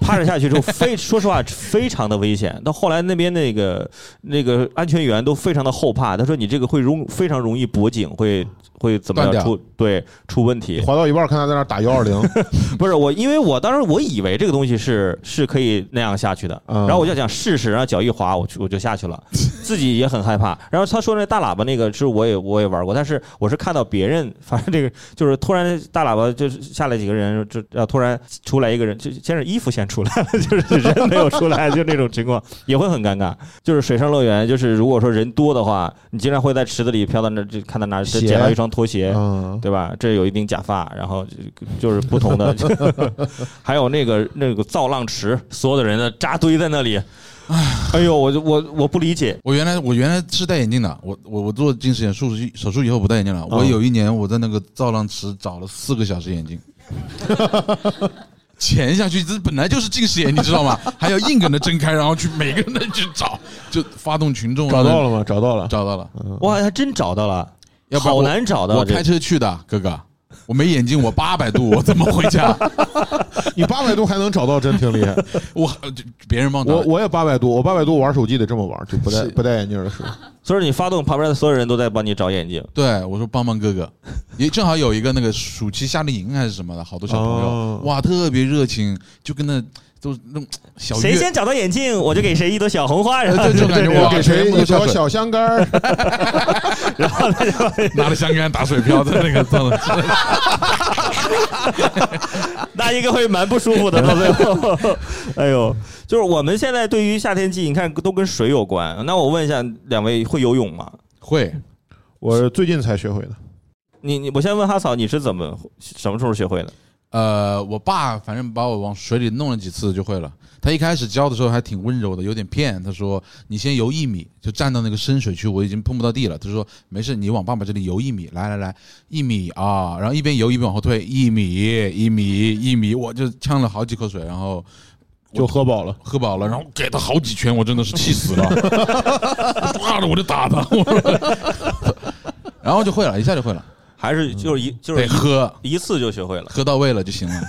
趴着下去之后非说实话非常的危险。到后来那边那个那个安全员都非常的后怕，他说你这个会容非常容易脖颈会会怎么
断掉
样出对出问题
你。滑到一半，看他在那儿打幺二零，
不是我，因为我当时我以为这个东西是是可以那样下去的，
嗯
然后我就想试试，然后脚一滑，我去我就下去 了，自己也很害怕。然后他说那大喇叭那个是我也我也玩过，但是我是看到别人， 反正这个就是突然大喇叭就是下来几个人，就然后突然出来一个人，就先是衣服先出来了，就是人没有出来，就那种情况 也会很尴尬。就是水上乐园，就是如果说人多的话，你经常会在池子里飘到那，就看到哪
鞋
捡到一双拖鞋，
嗯，
对吧？这有一顶假发，然后就就是不同 的，还有那个那个造浪池，所有的人的扎堆在那里。哎呦，我就我我不理解，
我原来我原来是戴眼镜的，我我我做近视眼术手术以后不戴眼镜了。我有一年我在那个造浪池找了四个小时眼镜， 潜下去，这本来就是近视眼，你知道吗？ 还要硬梗的睁开，然后去每个人的去找，就发动群众。啊
找到了吗？找到了。
找到了，
哇，还真找到了，
嗯要不然
好
我
难找到
我
这
开车去的，哥哥，我没眼镜，我八百度，我怎么回家？
你八百度还能找到，真挺厉害。
我呃就别人帮
我
找。
我也八百度，我八百度玩手机得这么玩，就不戴
是
不戴眼镜 的时候。
所以你发动，旁边的所有人都在帮你找眼镜。
对，我说帮帮哥 哥，也正好有一个那个暑期夏令营还是什么的，好多小朋友、
哦
哇，特别热情，就跟那都那种小
谁
乐
先找到眼镜，我就给谁一朵小红花，然后
呃对这种感觉，
我
哇，
给谁
全部
一
都下
条
水，
小香杆儿？
拿着香干打水漂在那个上面，
那应该会蛮不舒 服的，到最后，哎呦，就是我们现在对于夏天季，你看都跟水有关。那我问一下两位，会游泳吗？
会
我最近才学会的。
你你，我先问哈嫂，你是怎么什么时候学会的？
呃，我爸反正把我往水里弄了几次就会了。他一开始教的时候还挺温柔的，有点骗。他说：“你先游一米，就站到那个深水区，我已经碰不到地了。”他说：“没事，你往爸爸这里游一米，来来来，一米啊！”然后一边游一边往后退，一米一米一米，我就呛了好几口水，然后
就喝饱了，
喝饱了，然后给他好几拳，我真的是气死了， 我抓着我就打他，我说然后就会了，一下就会了，
还是就是一就是
得
一
喝，
一次就学会了？
喝到位了就 行了，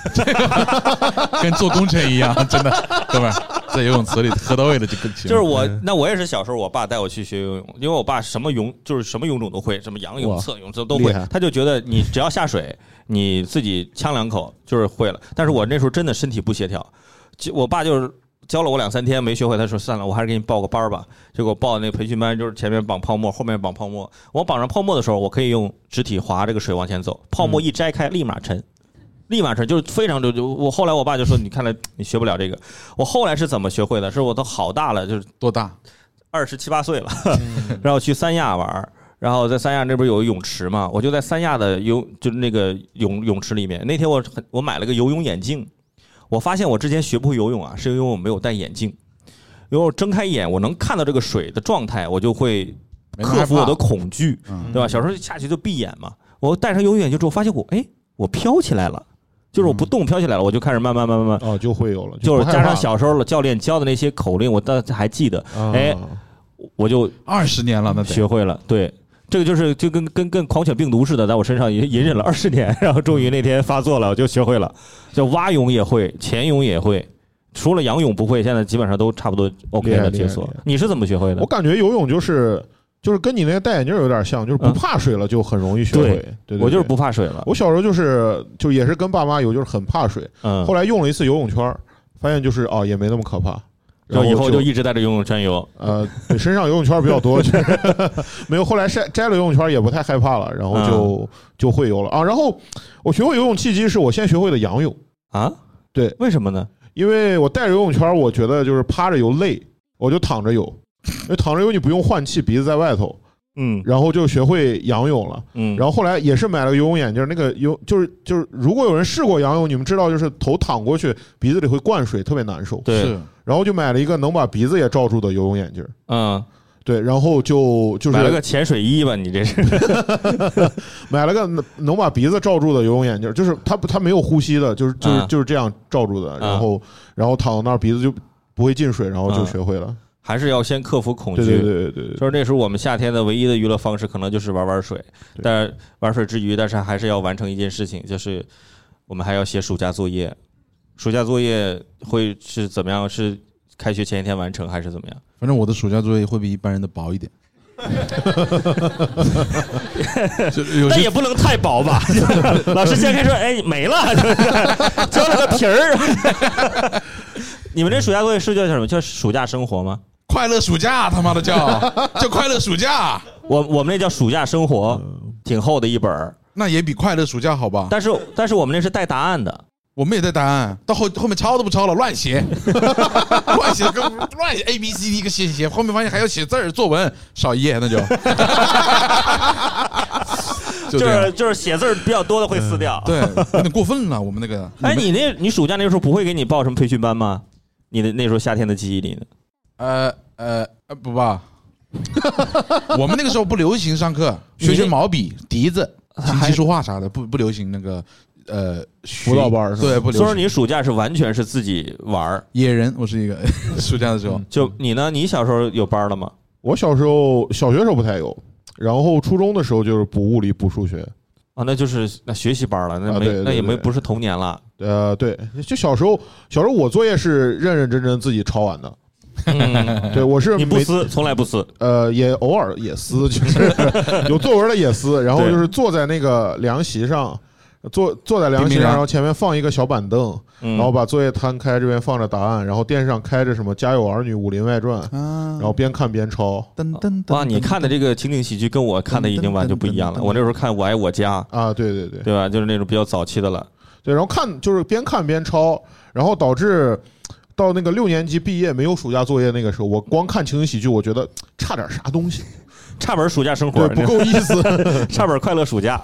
跟做工程一样，真的，哥们儿在游泳池里喝到位了就更行了。
就是我，那我也是小时候，我爸带我去学游泳，因为我爸什么泳就是什么泳种都会，什么仰泳、
哇
侧泳这都会
厉害。
他就觉得你只要下水，你自己呛两口就是会了。但是我那时候真的身体不协调，就我爸就是教了我两三天没学会，他说算了，我还是给你报个班儿吧。结果报那个培训班，就是前面绑泡沫，后面绑泡沫。我绑上泡沫的时候，我可以用肢体划这个水往前走，泡
嗯
沫一摘开立马沉。立马沉，就是非常就就我后来我爸就说，你看来你学不了这个。我后来是怎么学会的？是我都好大了，就是
多大？
嗯
二十七八岁了，然后去三亚玩儿，然后在三亚那边有泳池嘛，我就在三亚的游就是那个泳泳池里面。那天我很我买了个游泳眼镜，我发现我之前学不会游泳啊，是因为我没有戴眼镜。因为我睁开眼，我能看到这个水的状态，我就会
没那么
克服
害
我
怕
的恐惧，
嗯
对吧？小时候下去就闭眼嘛，我戴上游泳眼镜之后，发现我哎，我飘起来了，就是我不动飘起来了，我就开始慢慢慢慢慢，
哦，就会有了，
就是
不害
加
怕
上小时候教练教的那些口令，我到还记得，
了，
哎
啊
我就
二十年了，那得
学会了。对，这个就是就跟跟跟狂犬病毒似的，在我身上隐隐忍了二十年， 然后终于那天发作了，我就学会了。就蛙泳也会，潜泳也会，除了仰泳不会，现在基本上都差不多 OK
厉害
的
厉
解
害
锁
厉害。
你是怎么学会的
我？感觉游泳就是就是跟你那个戴眼镜有点像，就是不
嗯
怕水了就很容易学会。
对
对对，
我就是
对
不。怕水了。
我小时候就是就也是跟爸妈游，就是很怕水。
嗯
后，来用了一次游泳圈儿，发现就是哦也没那么可怕。然
就
后
以后就
就
一直带着游泳圈游。
呃，对，身上游泳圈比较多， 就是没有。后来摘摘了游泳圈也不太害怕了，然后
嗯
就、就会游了啊。然后我学会游泳契机是我先学会的仰泳，
啊？
对，
为什么呢？
因为我戴着游泳圈，我觉得就是趴着游累，我就躺着游，因为躺着游你不用换气，鼻子在外头，
嗯
然后就学会仰泳了。
嗯，
然后后来也是买了个游泳眼镜，那个游就是就是，如果有人试过仰泳，你们知道就是头躺过去，鼻子里会灌水，特别难受。
对，
是
然后就买了一个能把鼻子也罩住的游泳眼镜，
嗯，
对，然后就就是
买了个潜水衣吧，你这是。
买了个能能把鼻子罩住的游泳眼镜，就是它不它没有呼吸的，就是就是、
啊
就是这样罩住的，然后、然后躺到那儿鼻子就不会进水，然后就
啊
学会了。
还是要先克服恐惧。
对对对对对对
就是那时候我们夏天的唯一的娱乐方式，可能就是玩玩水。
对
但玩水之余，但是还是要完成一件事情，就是我们还要写暑假作业。暑假作业会是怎么样？是开学前一天完成，还是怎么样？
反正我的暑假作业会比一般人的薄一 点。就有
但
些
也不能太薄吧。老师掀开说：“哎，没了，交了个皮儿。”你们这暑假作业是叫什么？叫暑假生活吗？
快乐暑假，他妈的 叫叫快乐暑假，
我我们那叫暑假生活，
嗯
挺厚的一本儿。
那也比快乐暑假好吧？
但是但是我们那是带答案的，
我们也带答案，到后后面抄都不抄了，乱 写，乱写跟乱写 A B C D 个写写，后面发现还要写字儿作文，少一页 那就，就
就
这样
是就是写字儿比较多的会撕掉。
对，有点过分了，我们那个，
哎，你那你暑假那时候不会给你报什么培训班吗？你的那时候夏天的记忆里呢？
呃呃呃不 吧，我们那个时候不流行上课，学学毛笔、笛子、
哎
琴棋书画啥的，不不流行那个呃
辅
辅
导班儿是吧
对，不
所以
流
说
行。
你暑假是完全是自己玩儿。
野人，我是一个 暑假的时候，
就你呢？你小时候有班儿了吗？
我小时候小学时候不太有，然后初中的时候就是补物理、补数学。
啊，那就是那学习班儿了，那
啊
没
对对
那也没
对
不是童年 了。
呃，对，就小时候，小时候我作业是认认真真自己抄完 的。
嗯
对，我是
你不
每
撕，从来不撕。
呃，也偶尔也撕， 就是有作文的也撕，然后
对
就是坐在那个凉席上，坐坐在凉
冰
席
冰凉
上，然后前面放一个小板凳，
嗯
然后把作业摊开，这边放着答案，然后电视上开着什么《家有儿女》《武林外传》，
啊
然后边看边抄
噔噔噔，
哇，你看的这个情景喜剧跟我看的已经完全不一样了。我那时候看《我爱我家》，
啊，对对对
对吧？就是那种比较早期的了。
对，然后看就是边看边抄，然后导致到那个六年级毕业没有暑假作业那个时候，我光看情景喜剧，我觉得差点啥东西，
差本儿暑假生活
对，，不够意思。
差本儿快乐暑 假，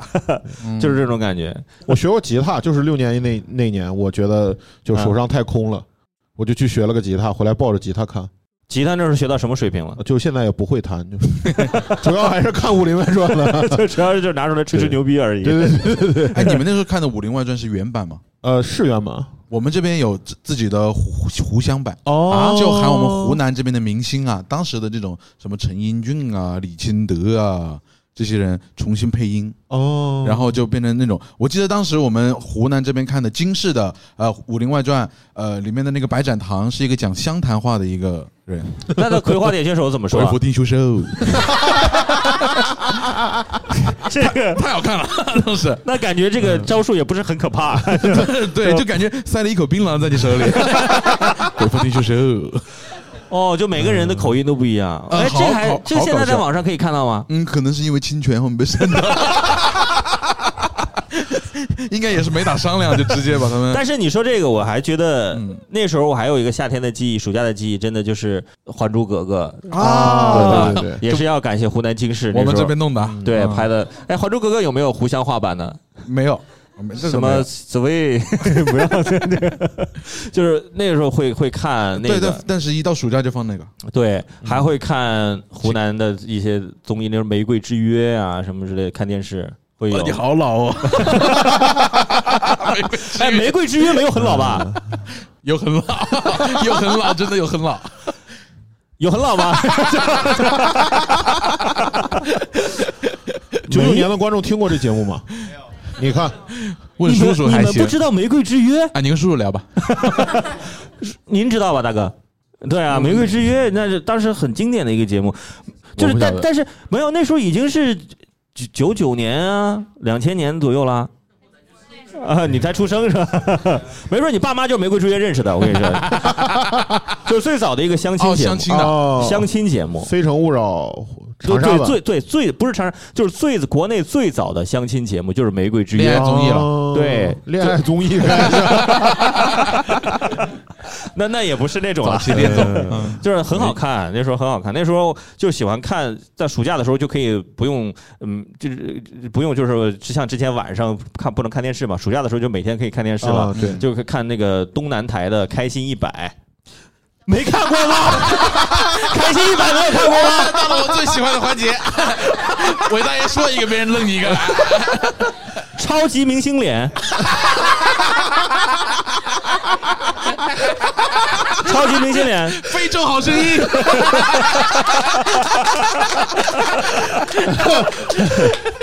就是这种感觉。
我学过吉他，就是六年级那那年，我觉得就
嗯
手上太空了，我就去学了个吉他，回来抱着吉他看，
吉他那时候学到什么水平了？
就现在也不会弹，就是 主要还是看《武林外传》了。
就主要是就拿出来吹吹牛逼而已。
对对对，
哎，你们那时候看的《武林外传》是原版吗？
呃，是原版
我们这边有自自己的湖湖湘版。
哦
啊，就喊我们 湖南这边的明星啊，当时的这种什么陈英俊啊、李清德啊这些人重新配音，
哦，
然后就变成那种，我记得当时我们湖南这边看的金氏的呃《武林外传》呃里面的那个白展堂是一个讲湘潭话的一个人，
那那《葵花点穴手》怎么说
鬼
啊
斧？定秋收，
这 个
太好看了， 当时
那感觉这个招数也不是很可 怕。
对，就感觉塞了一口槟榔在你手里， 鬼斧定秋收，
哦，就每个人的口音都不一样。
嗯
哎，
好
这还
好
这现
好搞
在在
笑
网上可以看到吗？
嗯，可能是因为侵权后面被删掉，应该也是没打商量就直接把他们。
但是你说这个，我还觉得
嗯
那时候我还有一个夏天的记忆，暑假的记忆，真的就是《还珠格格》，
啊
啊，
对对对，
也是要感谢湖南经视那
我
时候
们这边弄的啊
对
嗯
拍的。哎，《还珠格格》有没有湖湘话版的？
没有，没这
什
都没
么
有
紫薇？ 不要，就是那个时候会会看那
对对
个，，
但是一到暑假就放那个。
对，
嗯
还会看湖南的一些综艺，那种《玫瑰之约》啊什么之类的，看电视会有
哇。你好老 哦，
哎，《玫瑰之约》没有很老吧？
嗯有很老，有很老，真的有很老。
有很老吗？
九九年的观众听过这节目吗？你看，
问
你
叔
们
叔
你
还
们
行
不知道《玫瑰之约》？
啊，你跟叔叔聊吧。
您知道吧，大哥？对啊，《玫瑰之约》那是当时很经典的一个节目，就是
我不晓
但
得
但是没有那时候已经是九九九年啊，两千年左右啦。啊，你才出生是吧？没准你爸妈就是《玫瑰之约》认识的，我跟你说，就是最早的一个相亲
哦，
节目，
相亲的，
哦
相亲节目。
非诚勿扰》
对
长沙
对
版
最对最不是长沙，就是最国内最早的相亲节目就是《玫瑰之约
恋爱》。综艺了
哦
对
恋爱综艺开始
那那也不是那种了，
嗯
就是很好看，那时候很好看，那时候就喜欢看，在暑假的时候就可以不用，嗯，就是不用就是像之前晚上看不能看电视嘛，暑假的时候就每天可以看电视了，
啊，对，
就可以看那个东南台的《开心一百》，没看过吗？ 《开心一百》没有看过吗？
啊到了我最喜欢的环节， 伟大爷说一个，别人愣一个。
超级明星脸。 超级明星脸，
非洲好声 音，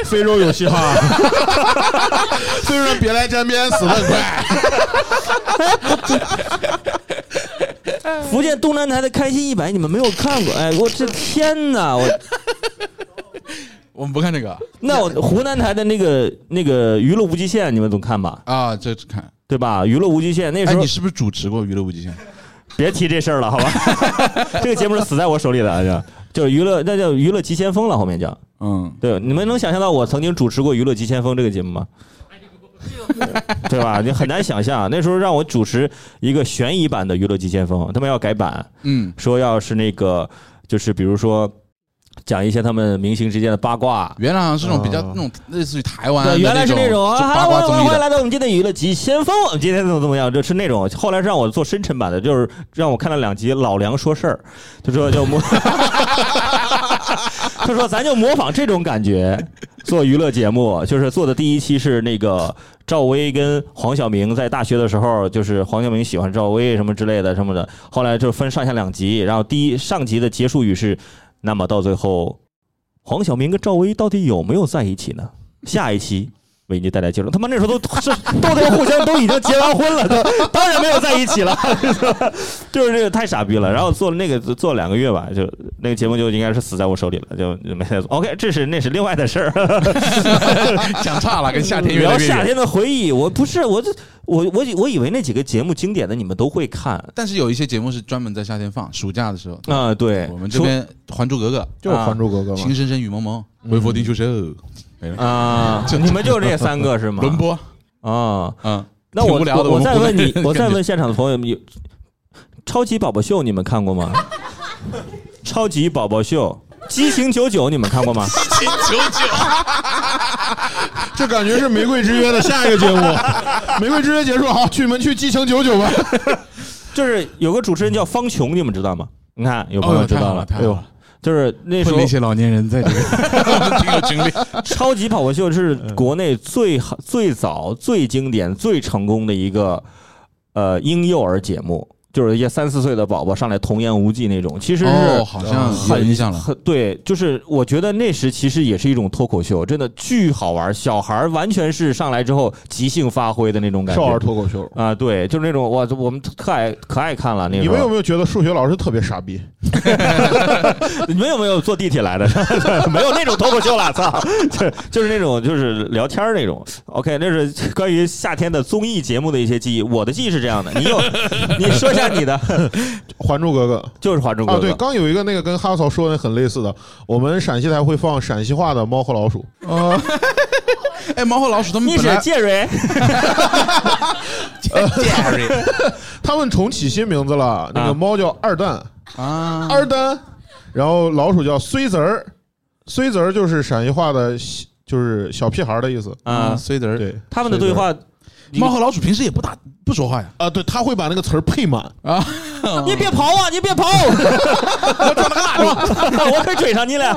非洲有嘻哈， 非洲人别来沾边，死得很快。
福建东南台的《开心一百》，你们没有看过？哎，我这天哪！我
我们不看这个啊
那我湖南台的那个那个娱乐无极限，你们总看吧，
啊，这只看。
对吧？娱乐无极限那
哎，
时候、
你是不是主持过《娱乐无极限》？
别提这事儿了，好吧？ 这个节目是死在我手里的，哎呀就是娱乐，那叫娱乐急先锋了，后面叫
嗯，
对。你们能想象到我曾经主持过《娱乐急先锋》这个节目吗？ 对吧？你很难想象，啊那时候让我主持一个悬疑版的《娱乐急先锋》，他们要改版，
嗯，
说要是那个就是比如说讲一些他们明星之间的八卦，
原来好像是那种比较
哦
那种类似于台湾的
对，原来是那
那
种
就
啊，
八卦
欢
综
迎
艺
欢迎来
的。
到我们今天的娱乐集先锋，我们今天怎么怎么样，就是那种。后来是让我做深沉版的，就是让我看了两集老梁说事儿，他说就模， 他说咱就模仿这种感觉做娱乐节目，就是做的第一期是那个赵薇跟黄晓明在大学的时候，就是黄晓明喜欢赵薇什么之类的什么的，后来就分上下两集，然后第一上集的结束语是，那么到最后，黄晓明跟赵薇到底有没有在一起呢？下一期。为你带来接触，他妈那时候都 是都得互相都已经结完婚了，都当然没有在一起了， 就是这个太傻逼了。然后做了那个做了两个月吧，就那个节目就应该是死在我手里了，就就没再做。OK，这是那是另外的事儿。
讲差了，跟夏天越
聊
来越
夏
远。
天的回忆，我不是我这我我以我以为那几个节目经典的你们都会看
但是有一些节目是专门在夏天放，暑假的时候。
啊、对，
我们这边《还珠格格》
就是《
啊
还珠格格》嘛
情，深深雨蒙蒙，微佛地球手，
说啊， 你们就是这三个是吗？
轮播，
啊，
嗯，
那我
挺无聊的我
我我
们
再
湖南
问 你
人，
我再
感觉
问现场的朋友们，有超级宝宝秀你们看 过吗？超级宝宝秀。激情九九，你们看过吗？
这感觉是《玫瑰之约》的下一个节 目，《玫瑰之约》结束，好，去门去激情九九吧。
就是有个主持人叫方琼，你们知道吗？你看，有朋
哦
友，知
太
道
好
了哎
了，，太好了，
就是那时
混
候
了一些老年人在里面。
挺有精力。
超级跑跑秀是
嗯
国内最好、最早、最经典、最成功的一个呃婴幼儿节目，就是一些三四岁的宝宝上来童言无忌那种，其实
哦，
是
好像有
很
印象了。
很对，就是我觉得那时其实也是一种脱口秀，真的巨好玩，小孩儿完全是上来之后即兴发挥的那种感觉。
少儿脱口秀，
啊，对，就是那种哇，我们特爱可爱看了那种。
你们有没有觉得数学老师特别傻逼？
你们有没有坐地铁来的？ 没有那种脱口秀了，操！就就是那种就是聊天儿那种。OK，那是关于夏天的综艺节目的一些记忆。我的记忆是这样的，你有你说一下看你的，
《还珠格格》
就是《还珠格格》
啊，对，刚有一个那个跟哈嫂说的很类似的，我们陕西台会放陕西话的《猫和老鼠》，
哦，哎，猫和老鼠他们
你
本
是
来
杰瑞，
他们重起新名字了，那
啊
个猫叫二蛋，
啊，
二蛋，然后老鼠叫睢子儿，睢子儿就是陕西话的小，就是小屁孩儿的意思。
啊，
所以的人，
对，
他们的对话，你
猫和老鼠平时也不打不说话呀，
啊，对，他会把那个词儿配满，
你别跑啊，你别跑， 我撞了个蜡烛， 我可追上你了。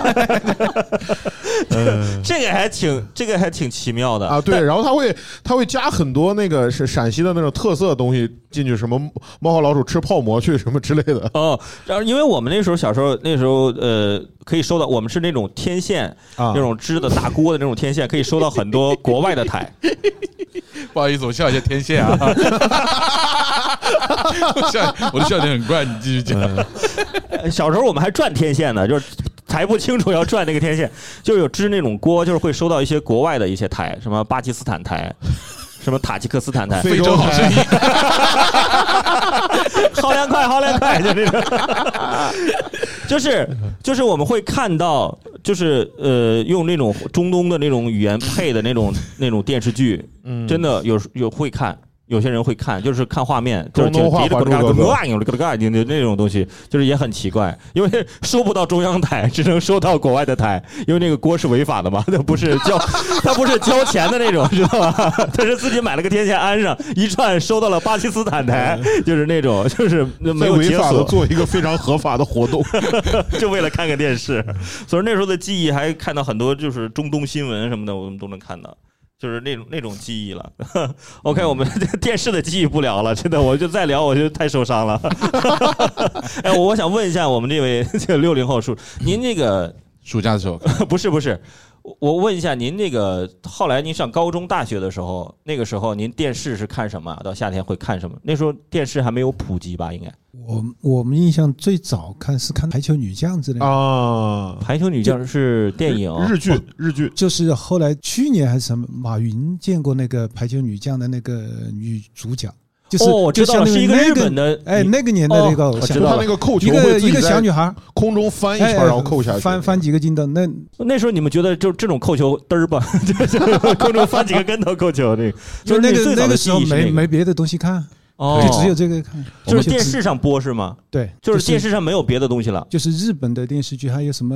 这个还挺，这个还挺奇妙的
啊， 对，然后他会他会加很多那个是陕西的那种特色东西进去，什么猫和老鼠吃泡馍去什么之类的。
哦，然后因为我们那时候小时候，那时候呃，可以收到，我们是那种天线，
啊
那种织的大锅的那种天线，可以收到很多国外的 台。
不好意思，我笑一下天线啊，我笑，我的笑点很怪，你继续讲。
呃小时候我们还转天线呢，就是才不清楚要转那个天线，就是有织那种锅，就是会收到一些国外的一些台，什么巴基斯坦台。什么塔吉克斯坦台，
非洲好声音，
好凉快，好凉快，就那种， 就是就是我们会看到，就是呃，用那种中东的那种语言配的那 种那种电视剧，
嗯
真的有有会看，有些人会看，就是看画面，就是
中东话还珠格格
就那种东西，就是也很奇怪，因为收不到中央台，只能收到国外的台，因为那个锅是违法的嘛，它不是交， 它不是交钱的那种，知道吧？ 它是自己买了个天线安上，一串收到了巴基斯坦台，就是那种，就是 没
在
有
嗯违
解
法的
锁，
做一个非常合法的 活动。
就为了看个电视。所以那时候的记忆还看到很多就是中东新闻什么的，我们都能看到。就是那种那种记忆了。OK，我们电视的记忆不聊了，真的，我就再聊我就太受伤了。 哎，我我想问一下我们这位这六零后叔，您那个
暑假的时候，
不是不是，我我问一下您那个后来您上高中大学的时候，那个时候您电视是看什么啊？到夏天会看什么？那时候电视还没有普及吧？应该
我我们印象最早看是看排球女将之类的，
啊，
《排球女将》是电 影
日剧，日剧
就是后来去年还是什么，马云见过那个排球女将的那个女主角，就是、
哦，我知道了，
就是
一个
相当于
日
那
本的
哎那个年代的一个
哦
偶
我知
像
就
道。
他
了
那个扣球
一个
会自己
一个
在
小女孩儿，
空中翻一圈，
哎
然后扣下去，
翻翻几个金灯，那
那时候你们觉得就这种扣球嘚儿吧，就是 空中翻几个跟头扣球 那个，就是
那
你最
个
早
那
的
个
记
时候
忆是那
没
个
没别的东西看，
哦，
就只有这个看，
就是
只
电视上播是吗？
对，
就是电视上没有别的东西了。
就是日本的电视剧，还有什么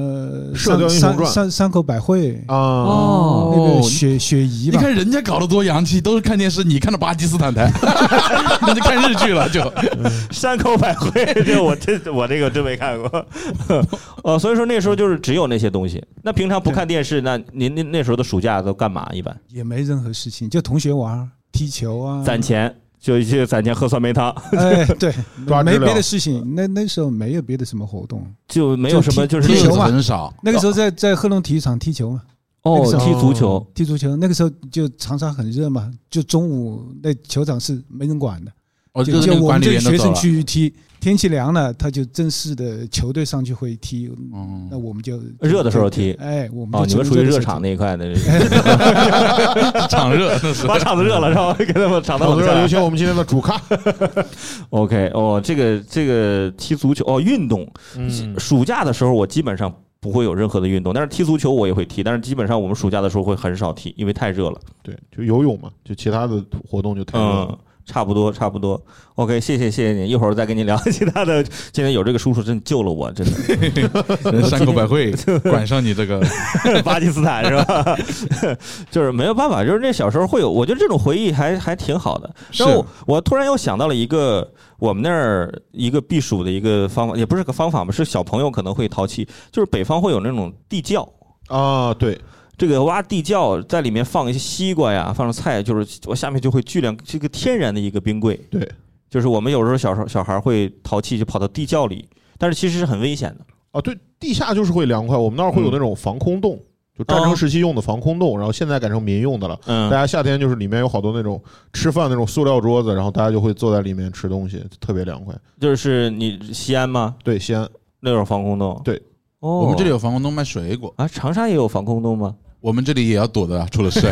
射雕
山
英雄
山
传
山山口百惠，
啊。
哦
那个雪 雪
你
姨吧，
看人家搞得多洋气，都是看电视，你看到巴基斯坦台， 那就看日剧了，就
山口百 惠，这我这我这个真没看过， 呃，所以说那时候就是只有那些东西。那平常不看电视，那您那那时候的暑假都干嘛？一般
也没任何事情，就同学玩儿踢球啊，
攒钱，就去攒钱喝酸梅汤，
哎，对，
抓
没
知了
别的事情，那那时候没有别的什么活动，
就没有什么就是
踢
日
球
子
嘛
很少。
那个
嗯
时候在在贺龙体育场踢球嘛，
哦踢足球，
踢足球，那个时候就长沙很热嘛，就中午那球场是没人管的，
哦，
就
就是那
就
个
我
管
们
理
这
员都
个学
走
生
了。
去踢，天气凉了，他就正式的球队上去会踢，
嗯
那，我们就
热的时候踢
哎，我们
哦，你
就
们属于热
的时候
场那一 块的，
场 热那是
把场子热了，然后给他们场子
好
冷
的，
下来
有。请我们今天的主咖。
OK，哦，这个这个踢足球哦，运动，
嗯
暑假的时候我基本上不会有任何的运动，但是踢足球我也会踢，但是基本上我们暑假的时候会很少踢，因为太热了。
对，就游泳嘛，就其他的活动就太多了
嗯。，差不多，差不多。OK，谢谢，谢谢你，一会儿再跟你聊其他的。今天有这个叔叔真救了我，真的。
山口百惠 管上你这个，
巴基斯坦是吧？ 就是没有办法，就是那小时候会有，我觉得这种回忆还还挺好的。然后我我突然又想到了一个我们那儿一个避暑的一个方法，也不是个方法吧，是小朋友可能会淘气，就是北方会有那种地窖。
啊，对，
这个挖地窖，在里面放一些西瓜呀，放上菜，就是我下面就会巨量这个天然的一个冰柜。
对，
就是我们有时候小时候小孩会淘气，就跑到地窖里，但是其实是很危险的。
啊，对，地下就是会凉快。我们那儿会有那种防空洞，就战争时期用的防空洞，然后现在改成民用的了。大
嗯，
家夏天就是里面有好多那种吃饭那种塑料桌子，然后大家就会坐在里面吃东西，特别凉快。
就是你西安吗？
对，西安
那有防空洞？
对，
哦，
我们这里有防空洞卖水果，
啊，长沙也有防空洞吗？
我们这里也要躲的啊，出了事。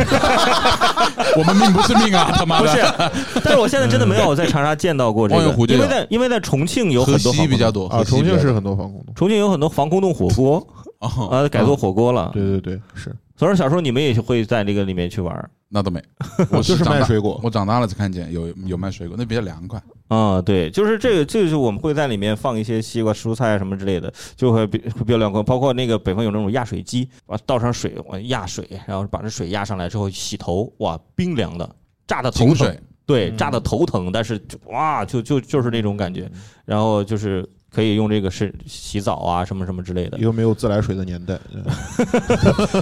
我们命不是命 啊，他妈
不是
的！，
但是我现在真的没有在长沙见到过这
望
个
远湖，这
因
个
为在因为在重庆有
河
很多
西
防
比
空
较
洞，
多
啊，重庆是很多防空洞。
重庆有很多防空洞火锅，
哦，
呃，改做火锅了。
对对对，是，
所以说小时候你们也会在这个里面去玩儿，
那倒没，我
就是
长
卖
大
水果。
我长大了才看见有有卖水果，那比较凉快。
嗯，对，就是这个，这就是我们会在里面放一些西瓜、蔬菜啊什么之类的，就会比会比较凉快。包括那个北方有那种压水机，啊，倒上水，我压水，然后把这水压上来之后洗头，哇，冰凉的，炸的头
井
疼
水，，
对，
嗯
炸的头疼，但是就哇，就就就是那种感觉，然后就是可以用这个是洗澡啊，什么什么之类的
一，个没有自来水的年代，嗯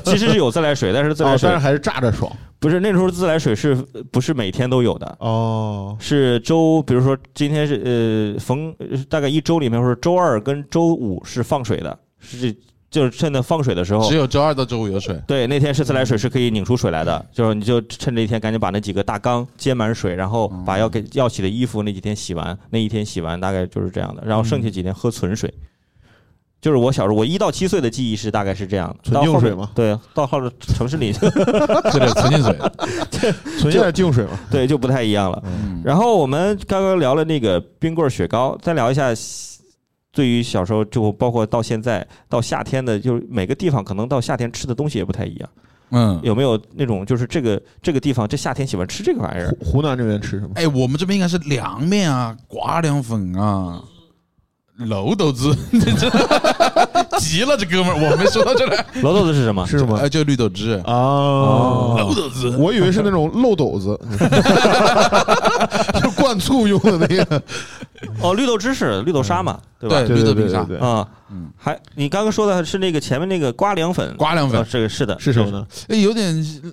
其实是有自来水，但是自
哦
来
但
水
是还是炸着爽
不是那时候自来水是呃不是每天都有的？
哦。
是周，比如说今天是呃逢呃大概一周里面，或者周二跟周五是放水的，是就是趁着放水的时候
只，有周二到周五有 水。
对，那天是自来水是可以拧出水来
嗯
的，就是你就趁这一天赶紧把那几个大缸接满水，然后把要给要洗的衣服那几天洗完，那一天洗完大概就是这样的，然后剩下几天喝纯水。
嗯
就是我小时候，我一到七岁的记忆是大概是这样的，
纯
到
净
后
水
面
吗
对，到后来城市 里，
这里纯净水，
存下来净水嘛，
对就不太一样了。
嗯，
然后我们刚刚聊了那个冰棍儿雪糕，再聊一下对于小时候就包括到现在到夏天的，就是每个地方可能到夏天吃的东西也不太一样，
嗯，
有没有那种就是这个这个地方这夏天喜欢吃这个玩意儿？
湖湖南这边吃什么？
哎，我们这边应该是凉面啊，瓜凉粉啊，楼豆子，急了这哥们儿，我没说到这来，
楼豆子是什么？
是什么
哎，？就绿豆汁，
哦，
豆子，
我以为是那种漏斗子，就灌醋用的那个。
哦，绿豆芝士、绿豆沙嘛，对吧？
对绿豆冰沙
对对对
啊
嗯，
还你刚刚说的是那个前面那个瓜凉粉，
瓜凉
呃
粉，
这个是的，
是什么呢？
哎，有点，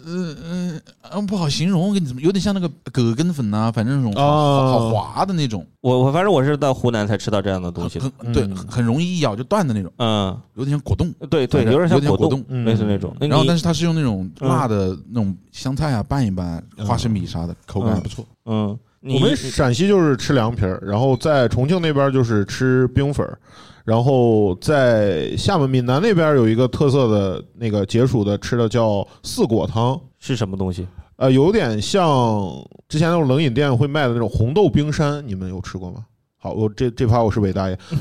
呃呃呃，不好形容，我跟你怎么，有点像那个葛根粉啊，反正那种好好
哦
滑的那种，
我我反正我是到湖南才吃到这样的东
很
西的，
很对，
嗯
很容易一咬就断的那种，
嗯，
有点像果冻。
对对，
反正
有点像
有点
果
果
冻，嗯
冻
类似那种。那
然后，
你
但是它是用那种
嗯
辣的那种香菜啊拌一拌，
嗯
花生米啥的，口感
嗯
不错。
嗯，
我
你
们陕西就是吃凉皮儿，然后在重庆那边就是吃冰粉儿，然后在厦门、闽南那边有一个特色的那个解暑的吃的叫四果汤，
是什么东西？
呃，有点像之前那种冷饮店会卖的那种红豆冰山，你们有吃过吗？好，我这这趴我是伟大爷，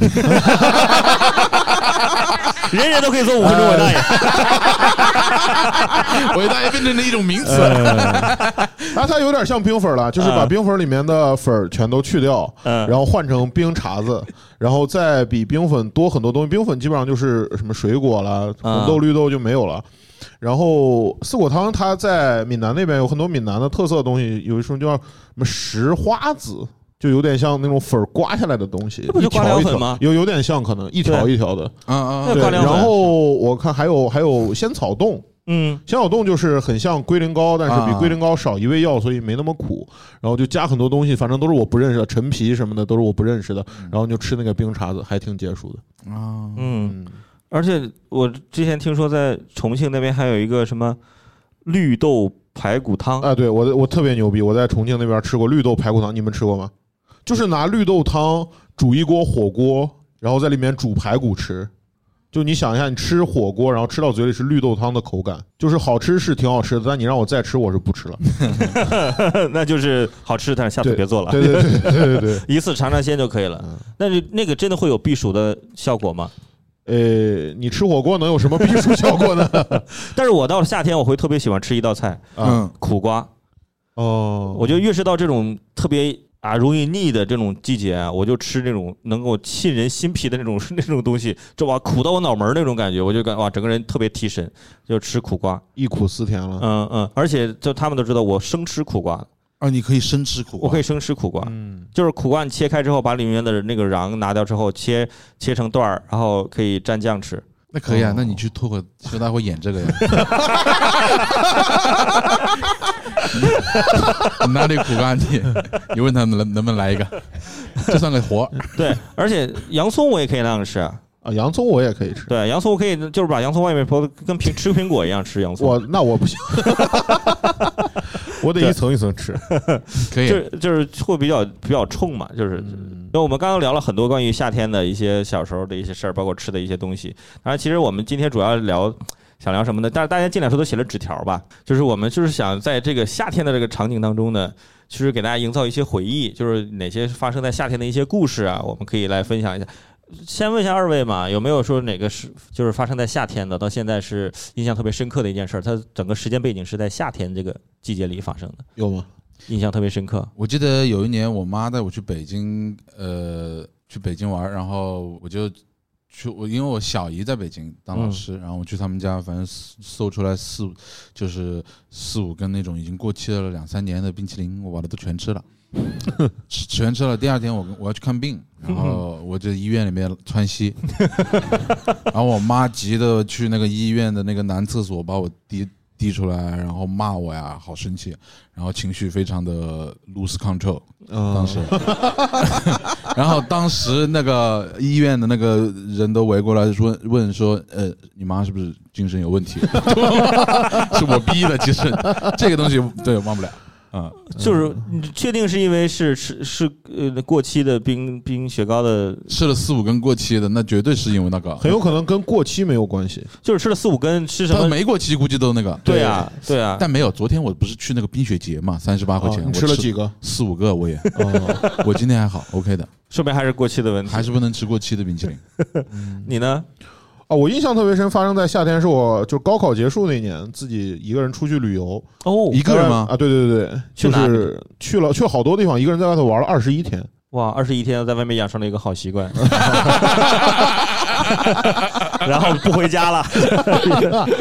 人人都可以做五分钟伟大爷。
伟大爷变成了一种名词，
嗯
啊，它有点像冰粉儿了，就是把
啊
冰粉儿里面的粉儿全都去掉，
嗯，
然后换成冰碴子，然后再比冰粉多很多东西。冰粉基本上就是什么水果啦，
啊
红豆、绿豆就没有了。然后四果汤，它在闽南那边有很多闽南的特色东西，有一种叫什么石花子，就有点像那种粉儿刮下来的东西，
那不就
一条
瓜
一
条
条
粉吗
有有点像，可能一条一条的。
啊啊，
那
对，
瓜条
然
粉
后我看还有还有仙草冻，
嗯，
仙草冻就是很像龟苓膏，但是
啊
比龟苓膏少一味药，所以没那么苦。然后就加很多东西，反正都是我不认识的，陈皮什么的都是我不认识的。然后你就吃那个冰碴子，还挺解暑的。
啊，
嗯，
嗯，
而且我之前听说在重庆那边还有一个什么绿豆排骨汤，
啊，对我我特别牛逼，我在重庆那边吃过绿豆排骨汤，你们吃过吗？就是拿绿豆汤煮一锅火锅，然后在里面煮排骨吃。就你想一下，你吃火锅，然后吃到嘴里是绿豆汤的口感，就是好吃是挺好吃的，但你让我再吃，我是不吃了。
那就是好吃，但是下次别做了，
对嗯对对对对对。
一次尝尝鲜就可以了。那就那个真的会有避暑的效果吗？
呃，你吃火锅能有什么避暑效果呢？
但是我到了夏天，我会特别喜欢吃一道菜
啊，
嗯，
苦瓜，
哦，
我觉得越是到这种特别。啊，容易腻的这种季节啊，我就吃那种能够沁人心脾的那种那种东西，这哇苦到我脑门儿那种感觉，我就感哇整个人特别提神，就吃苦瓜。
忆苦思甜了。
嗯嗯，而且就他们都知道我生吃苦瓜，
啊，你可以生吃苦瓜，
我可以生吃苦瓜，
嗯，
就是苦瓜你切开之后，把里面的那个瓤拿掉之后，切切成段儿，然后可以蘸酱吃。
那可以啊
哦，
那你去脱口秀大会演这个 呀？你哪里苦瓜你？你问他们能能不能来一个，这算个活儿。
对，而且洋葱我也可以那样吃啊，
啊，洋葱我也可以吃。
对，洋葱我可以就是把洋葱外面剥，跟苹吃苹果一样吃洋葱。
我那我不行，我得一层一层吃。
可以，啊
就是就是会比较比较冲嘛，就是。因为我们刚刚聊了很多关于夏天的一些小时候的一些事儿，包括吃的一些东西。当然，其实我们今天主要聊想聊什么呢？但是大家进来的时候都写了纸条吧，就是我们就是想在这个夏天的这个场景当中呢，其实给大家营造一些回忆，就是哪些发生在夏天的一些故事啊，我们可以来分享一下。先问一下二位嘛，有没有说哪个是就是发生在夏天的，到现在是印象特别深刻的一件事儿？它整个时间背景是在夏天这个季节里发生的，
有吗？
印象特别深刻。
我记得有一年，我妈带我去北京，呃，去北京玩，然后我就去我，因为我小姨在北京当老师，然后我去他们家，反正搜搜出来四就是四五根那种已经过期了两三年的冰淇淋，我把它都全吃了，吃全吃了。第二天我跟我要去看病，然后我在医院里面窜稀，然后我妈急的去那个医院的那个男厕所把我滴滴出来，然后骂我呀，好生气，啊然后情绪非常的 lose control。当
嗯，
时，然后当时那个医院的那个人都围过来说问说，呃，你妈是不是精神有问题？ 是我逼的，其实这个东西对忘不了。嗯，
就是你确定是因为是是是呃过期的冰冰雪糕的，
吃了四五根过期的，那绝对是因为那个，
很有可能跟过期没有关系。
就是吃了四五根，吃什
他
么？
没过期估计都那个。
对啊，对啊，
但没有，昨天我不是去那个冰雪节嘛，三十八块钱，
哦
我
你吃了几个？嗯
四五个，我也， 我今天还好，OK 的，
说明还是过期的问题
还。是不能吃过期的冰淇淋。
你呢？
啊，我印象特别深，发生在夏天，是我就高考结束那年，自己一个人出去旅游，
哦
一个人吗？
啊，对对对对，
去
就
哪里
是去了去了好多地方，一个人在外头玩了二十一天。
哇，二十一天在外面养成了一个好习惯， 然后不回家了，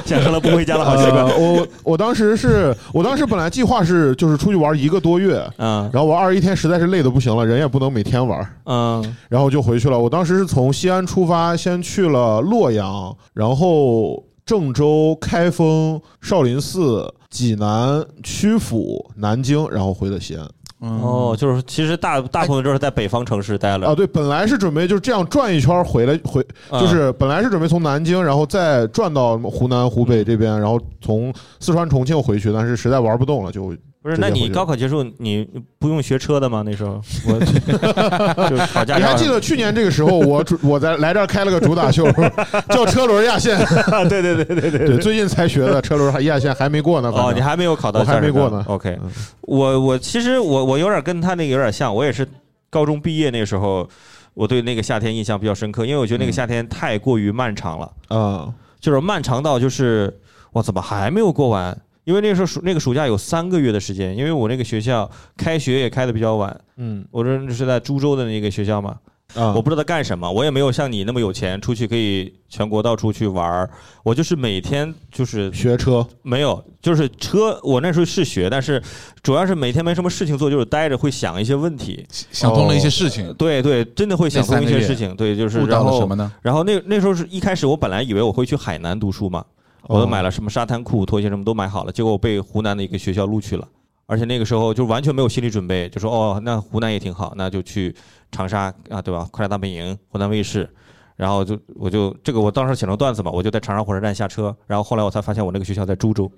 养成了不回家的好习惯。
呃我我当时是我当时本来计划是就是出去玩一个多月，
嗯
然后我二十一天实在是累的不行了，人也不能每天玩，
嗯，
然后就回去了。我当时是从西安出发，先去了洛阳，然后郑州、开封、少林寺、济南、曲阜、南京，然后回的西安。
嗯
哦，，就是其实大大部分都是在北方城市待
啊，
了，
对，本来是准备就是这样转一圈回来，回
嗯
就是本来是准备从南京，然后再转到湖南、湖北这边，然后从四川、重庆回去，但是实在玩不动了，就
不是？
直接
那
回
你
去
高考结束，你不用学车的吗？那时候我就考驾
你还
照
记
什么
得去年这个时候，我主我在来这儿开了个主打秀， 叫车轮压线。
的，对对对对对
对，最近才学的车轮还压线还没过呢。反
哦，
正
你还没有考到
我
驾
还
驶证，
没过呢
OK，
嗯
我我其实我我有点跟他那个有点像，我也是高中毕业那时候，我对那个夏天印象比较深刻，因为我觉得那个夏天太过于漫长了，
啊，
就是漫长到就是我怎么还没有过完？因为那个时候暑那个暑假有三个月的时间，因为我那个学校开学也开的比较晚，
嗯
我这是在株洲的那个学校嘛，
啊，
我不知道他干什么，我也没有像你那么有钱，出去可以全国到处去玩儿，我就是每天就是
学车
没有，就是车，我那时候是学，但是主要是每天没什么事情做，就是待着会想一些问题。
想通了一些事情，
对对，真的会想通一些事情。对，哦就是
悟
然
到了什
后
么呢？
然后那那时候是一开始我本来以为我会去海南读书嘛，我都买了什么沙滩裤、拖鞋什么都买好了，结果我被湖南的一个学校录取了。而且那个时候就完全没有心理准备，就说哦，那湖南也挺好，那就去长沙啊，对吧？快乐大本营，湖南卫视，然后就我就这个我当时写成段子嘛，我就在长沙火车站下车，然后后来我才发现我那个学校在株洲，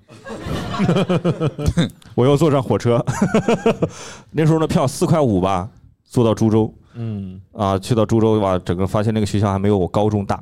我又坐上火车， 那时候的票四块五吧，坐到株洲，
嗯
啊，去到株洲哇，整个发现那个学校还没有我高中大，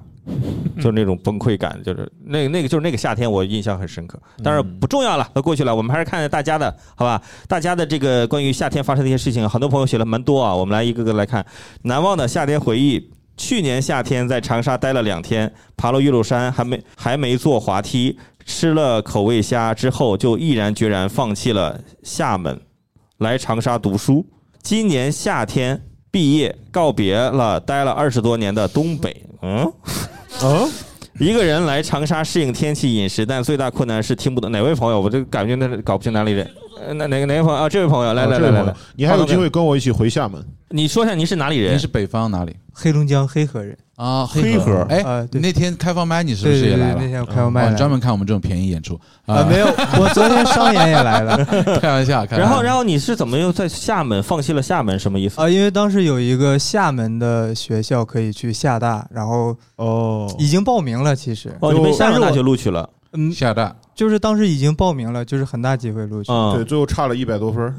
就是那种崩溃感，就是那个那个就是那个夏天我印象很深刻，但是不重要了，都过去了，我们还是看看大家的好吧，大家的这个关于夏天发生的一些事情，很多朋友写了蛮多啊，我们来一个个来看，难忘的夏天回忆。去年夏天在长沙待了两天，爬了岳麓山，还没还没坐滑梯，吃了口味虾之后，就毅然决然放弃了厦门，来长沙读书。今年夏天毕业，告别了待了二十多年的东北。嗯，
啊，
一个人来长沙适应天气、饮食，但最大困难是听不懂哪位朋友，我这感觉那是搞不清哪里人。呃哪哪个哪位朋友啊？这位朋友，来
啊
来
这
来
位
来
朋友
来，
你还有机会跟我一起回厦门。
你说一下您是哪里
您
人
是？北方哪里
黑龙江黑河人，
啊？
黑河
哎
啊，
你
对，
那天开放麦你是不
对
是
对
也
对，
来了
那？天我开完
哦
麦
你专
来
门看我们这种便宜演出
啊，没有，我昨天商演也来了
开玩笑，开玩笑。
然后，然后你是怎么又在厦门放弃了厦门？什么意思？
啊，因为当时有一个厦门的学校可以去厦大，然后
哦
已经报名了，其实，
哦，你被厦门大
但是
学录取了。
嗯，
厦大，
就是当时已经报名了，就是很大机会录取，
嗯，
对，最后差了一百多分儿。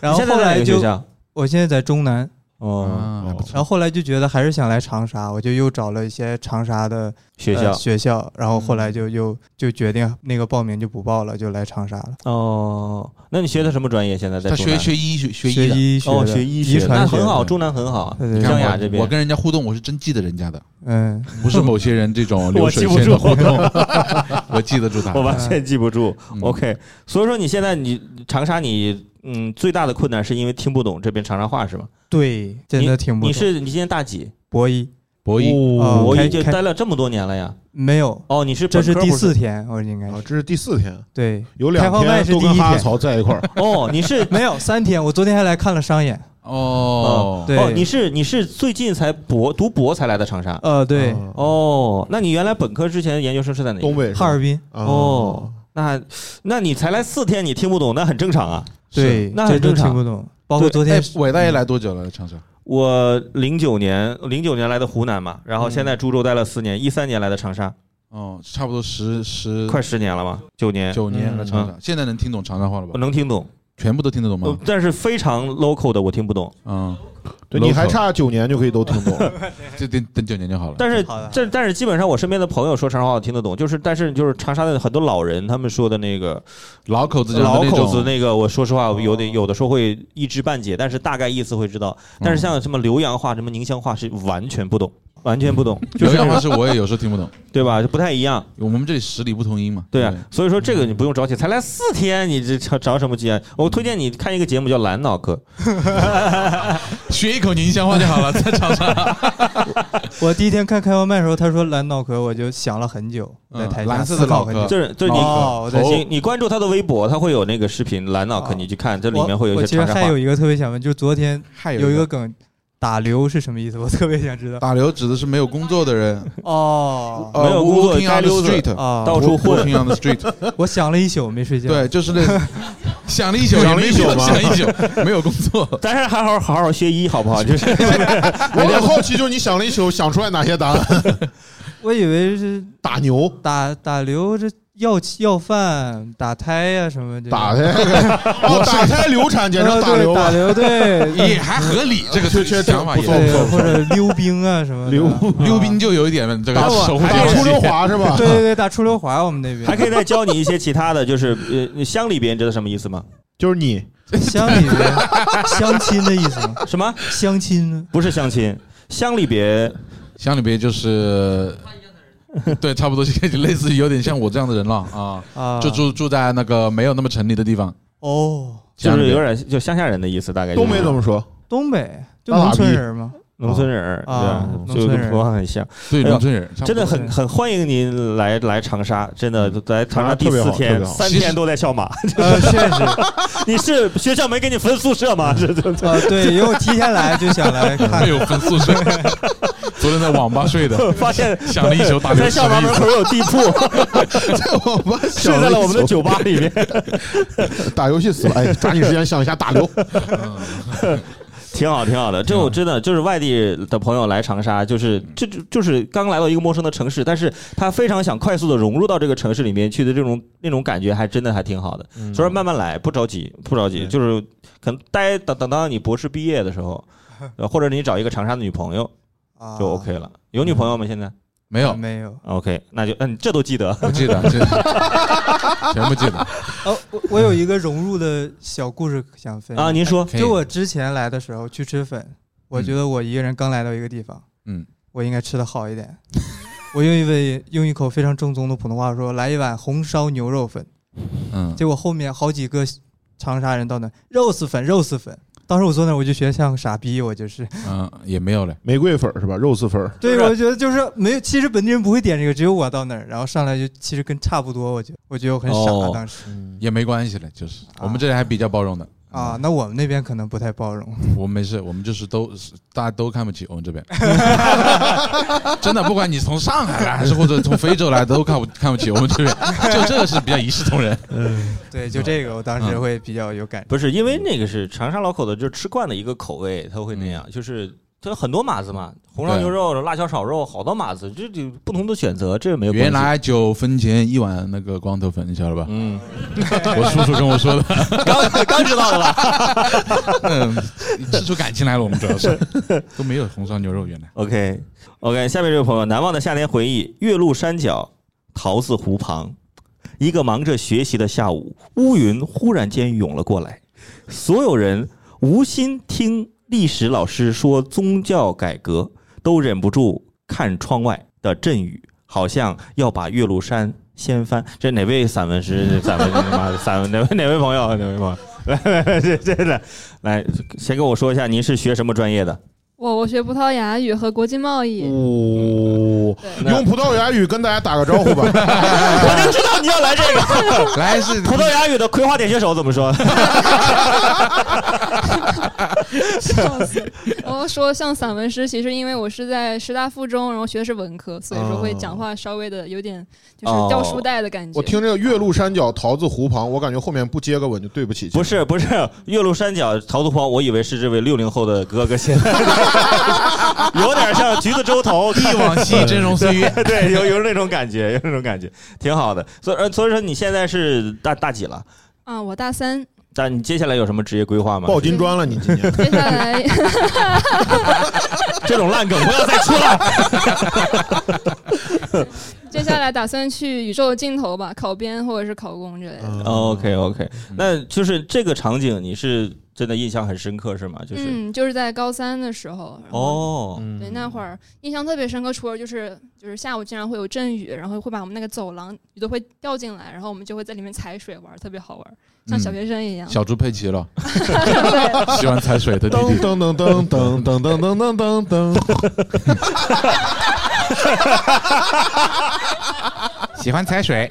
然
你
后
现在
后
在哪
来
个
就呃
学校
我现在在中南，
嗯，
啊
还不错
然后后来就觉得还是想来长沙，我就又找了一些长沙的
学
呃
校嗯
学校，然后后来就又就决定那个报名就不报了，就来长沙了。
哦，那你学的什么专业？现在在
他
中
学
南
学医学学
学
医的。
医学
哦，
的
学医
遗
学
传
那
学
很好，
的
中南很好，
对对
你
对
江
看
雅
我
这边
我跟人家互动，我是真记得人家的，
嗯，
不是某些人这种流水线的互动， 我记得住他。
我完全记不住。
嗯
OK，所以说你现在你长沙你嗯最大的困难是因为听不懂这边长沙话是吗？
对，真的挺不
你
错
是你今年大几？
博一
博弈，
哦
我
开
已经
开
待了这么多年了呀。
没有，
哦，你是哦
这
本
是
科
第
不
四天，我应该
啊
是，
这是第四天，
对，
有
哎开
两
放麦
天
是
都
第
跟
一
哈哈
天，
曹在一块儿。
哦，你是
没有三天，我昨天还来看了商演。
哦，
对，
哦，你是你是最近才博读博才来的长沙。
呃对，
啊，
哦，那你原来本科之前研究生是在哪？
东。北是吧
哈尔滨，
啊
哦，那那你才来四天，你听不懂，那很正常啊。
对，
那很
真的
正常
听不懂。包括
对
昨
哎
天，
伟大爷来多久了？长沙？
我零九年零九年来的湖南嘛，然后现在株洲待了四年，一三年来的长沙，
哦，差不多十十
快十年了嘛，九年，
九年了。
嗯
长沙现在能听懂长沙话了
我
吧？
能听懂，
全部都听得懂
呃
吗？
但是非常 local 的我听不懂。
嗯，
对，你还
local
差九年就可以都听懂。
就等等九年就好了。
但是
好的
这但是基本上我身边的朋友说长沙话我听得懂，就是但是就是长沙的很多老人他们说的那个
老口子讲
老
的那
口子
种，
那个，我说实话我有点有的时候会一知半解，但是大概意思会知道。但
嗯
是像什么浏阳话、什么宁乡话是完全不懂，完全不
嗯
懂， 就
有
是
些话是我也有时候听不懂。
对吧？就不太一样。
我们这里十里不同音嘛。
对啊，所以说这个你不用着急，才来四天，你这着着什么急啊？我推荐你看一个节目叫《蓝脑壳》，
学一口宁乡话就好了，在长 沙。
我第一天看开放麦的时候，他说蓝脑壳，我就想了很久，在台
嗯
下
蓝色的
思考
脑
很
壳
久。
就是就是你
哦我在
你
心
你关注他的微博，他会有那个视频《蓝脑壳》，
哦
你去看，这里
我
面会有
我
一
其
些
实
长沙
还
话
有。一个特别想问，就昨天
还
有一个梗，打流是什么意思？我特别想知道。
打流指的是没有工作的 人，
哦
呃
没有工作
walking on the
该溜达
street，
哦，
到处混
walking on the street，
我想了一宿没睡觉。
对，就是那想了一宿也
想了
没
一
有，
宿吗
想一宿没有工 作，
但是还好好好学医好不好？就是
我很好奇，就是你想了一宿，想出来哪些答案？
我以为是
打牛，
打打流这要要饭、打胎呀、什么的。
打胎，哦，打胎流产，简称
呃对
打流啊
打
吧。
流对。
也还合理。
嗯
这个
确确
想法
不
也
错
对，或者溜冰啊什么的，
溜
溜冰就有一点这个
打
手护
打出溜滑 是吧？
对对对，打出溜滑，我们那边
还可以再教你一些其他的，就是呃，你乡里边你知道什么意思吗？
就是你
乡里边相亲的意思吗？
什么？
相亲呢？
不是相亲，乡里别
乡里边 就是。对，差不多就类似于有点像我这样的人了啊，
啊，
就住住在那个没有那么城里的地方，
哦，
就
乡里
是
边
有点就乡下人的意思，大概就是
东北怎么说？
东北就
大
农
傻
村
逼
人嘛，
农村人儿
啊
对吧
农
就
村
跟
人
普通话很像，
对
哎呦
农村人，差不多
真的很
对
很欢迎您来来长沙，真的来长沙
啊
第
特别
四
好特
天，
别好
三
其实
天都在校 马，
呃，确实，
你是学校没给你分宿舍 吗？这这这
呃，对，因为我提前来就想来看
没，有分宿 舍，昨天在网吧睡的，
发现
想了一宿打
在
流
校马门口有地铺，
在我们
睡在了我们的酒吧里面，
打游戏死了，哎，抓紧时间想一下打流。
挺好，挺好的。这我真的就是外地的朋友来长沙，就是这就就是刚来到一个陌生的城市，但是他非常想快速的融入到这个城市里面去的这种那种感觉，还真的还挺好的。所以说慢慢来，不着急，不着急，就是可能待等等到你博士毕业的时 候，呃或者你找一个长沙的女朋友
啊
就 OK 了。有女朋友吗？现在
没有，
没有？
OK，那就嗯，这都记得。
不记 得，记得全部记得
哦，我我有一个融入的小故事想分享
啊，您说
可以
就我之前来的时候去吃粉，我觉得我一个人刚来到一个地方，
嗯，
我应该吃的好一点。 我用一位用一口非常正宗的普通话说：“来一碗红烧牛肉粉。”
嗯，
结果后面好几个长沙人到那肉丝粉，肉丝粉。当时我坐那儿我就觉得像个傻逼，我就是，
嗯，也没有了。
玫瑰粉是吧？肉丝粉，
对
是
我觉得就是没有，其实本地人不会点这个，只有我到那儿，然后上来就其实跟差不多，我觉得我觉得我很傻、
哦
当时
也没关系了，就是
啊
我们这里还比较包容的
啊，，那我们那边可能不太包容，
我们没事，我们就是都是大家都看不起我们 这边，真的，不管你从上海来还是或者从非洲来，都看不看不起我们 这边，就这个是比较一视同仁。
对，就这个我当时
嗯
会比较有感觉。
嗯
不是因为那个是长沙老口的，就是吃惯的一个口味，他会那样，就是它有很多码子嘛，红烧牛肉、辣椒炒肉，好多码子，这这不同的选择，这没有关系
原来九分钱一碗那个光头粉，你晓得吧？
嗯，
我叔叔跟我说的，
刚刚知道的吧
嗯，吃出感情来了。我们主 要是都没有红烧牛肉，原来
？OK OK，下面这位朋友，难忘的夏天回忆：岳麓山脚，桃子湖旁，一个忙着学习的下午，乌云忽然间涌了过来，所有人无心听历史老师说宗教改革，都忍不住看窗外的阵雨，好像要把岳麓山掀翻。这哪位散文诗？散文 他妈的散文哪位哪位朋友？啊哪位朋友？ 来来来，这这的，来先跟我说一下，您是学什么专业的？
我我学葡萄牙语和国际贸易，
哦，
那
用葡萄牙语跟大家打个招呼吧。
我就知 道你要来这个。
来是
葡萄牙语的葵花点穴手怎么说？
笑死！然后说像散文诗，其实因为我是在师大附中，然后学的是文科，所以说会讲话稍微的有点就
哦
是掉书袋的感觉。
嗯我听这个岳麓山脚桃子湖旁，我感觉后面不接个吻就对不起。
不是不是，岳麓山脚桃子荒，我以为是这位六零后的哥 哥现在，有点像橘子洲头，
忆往
嗯
昔峥嵘岁月。
对，有有那种感觉，有那种感觉，挺好的。所以呃，所以说你现在是大大几了？
啊，我大三，
但你接下来有什么职业规划吗？
抱金砖了，你 今年
接下来
这种烂梗不要再出了。
接下来打算去宇宙尽头吧，考编或者是考公之类
嗯
的。
OK OK，那
嗯
就是这个场景，你是真的印象很深刻是吗？就是
嗯，就是在高三的时候，然后
哦，
嗯
对，那会儿印象特别深刻，除了就是就是下午经常会有阵雨，然后会把我们那个走廊雨都会掉进来，然后我们就会在里面踩水玩，特别好玩，像小学生一样。
嗯小猪佩奇 了， 喜欢踩水的弟
噔
弟。
噔噔噔噔噔噔噔噔噔噔，
喜欢踩水，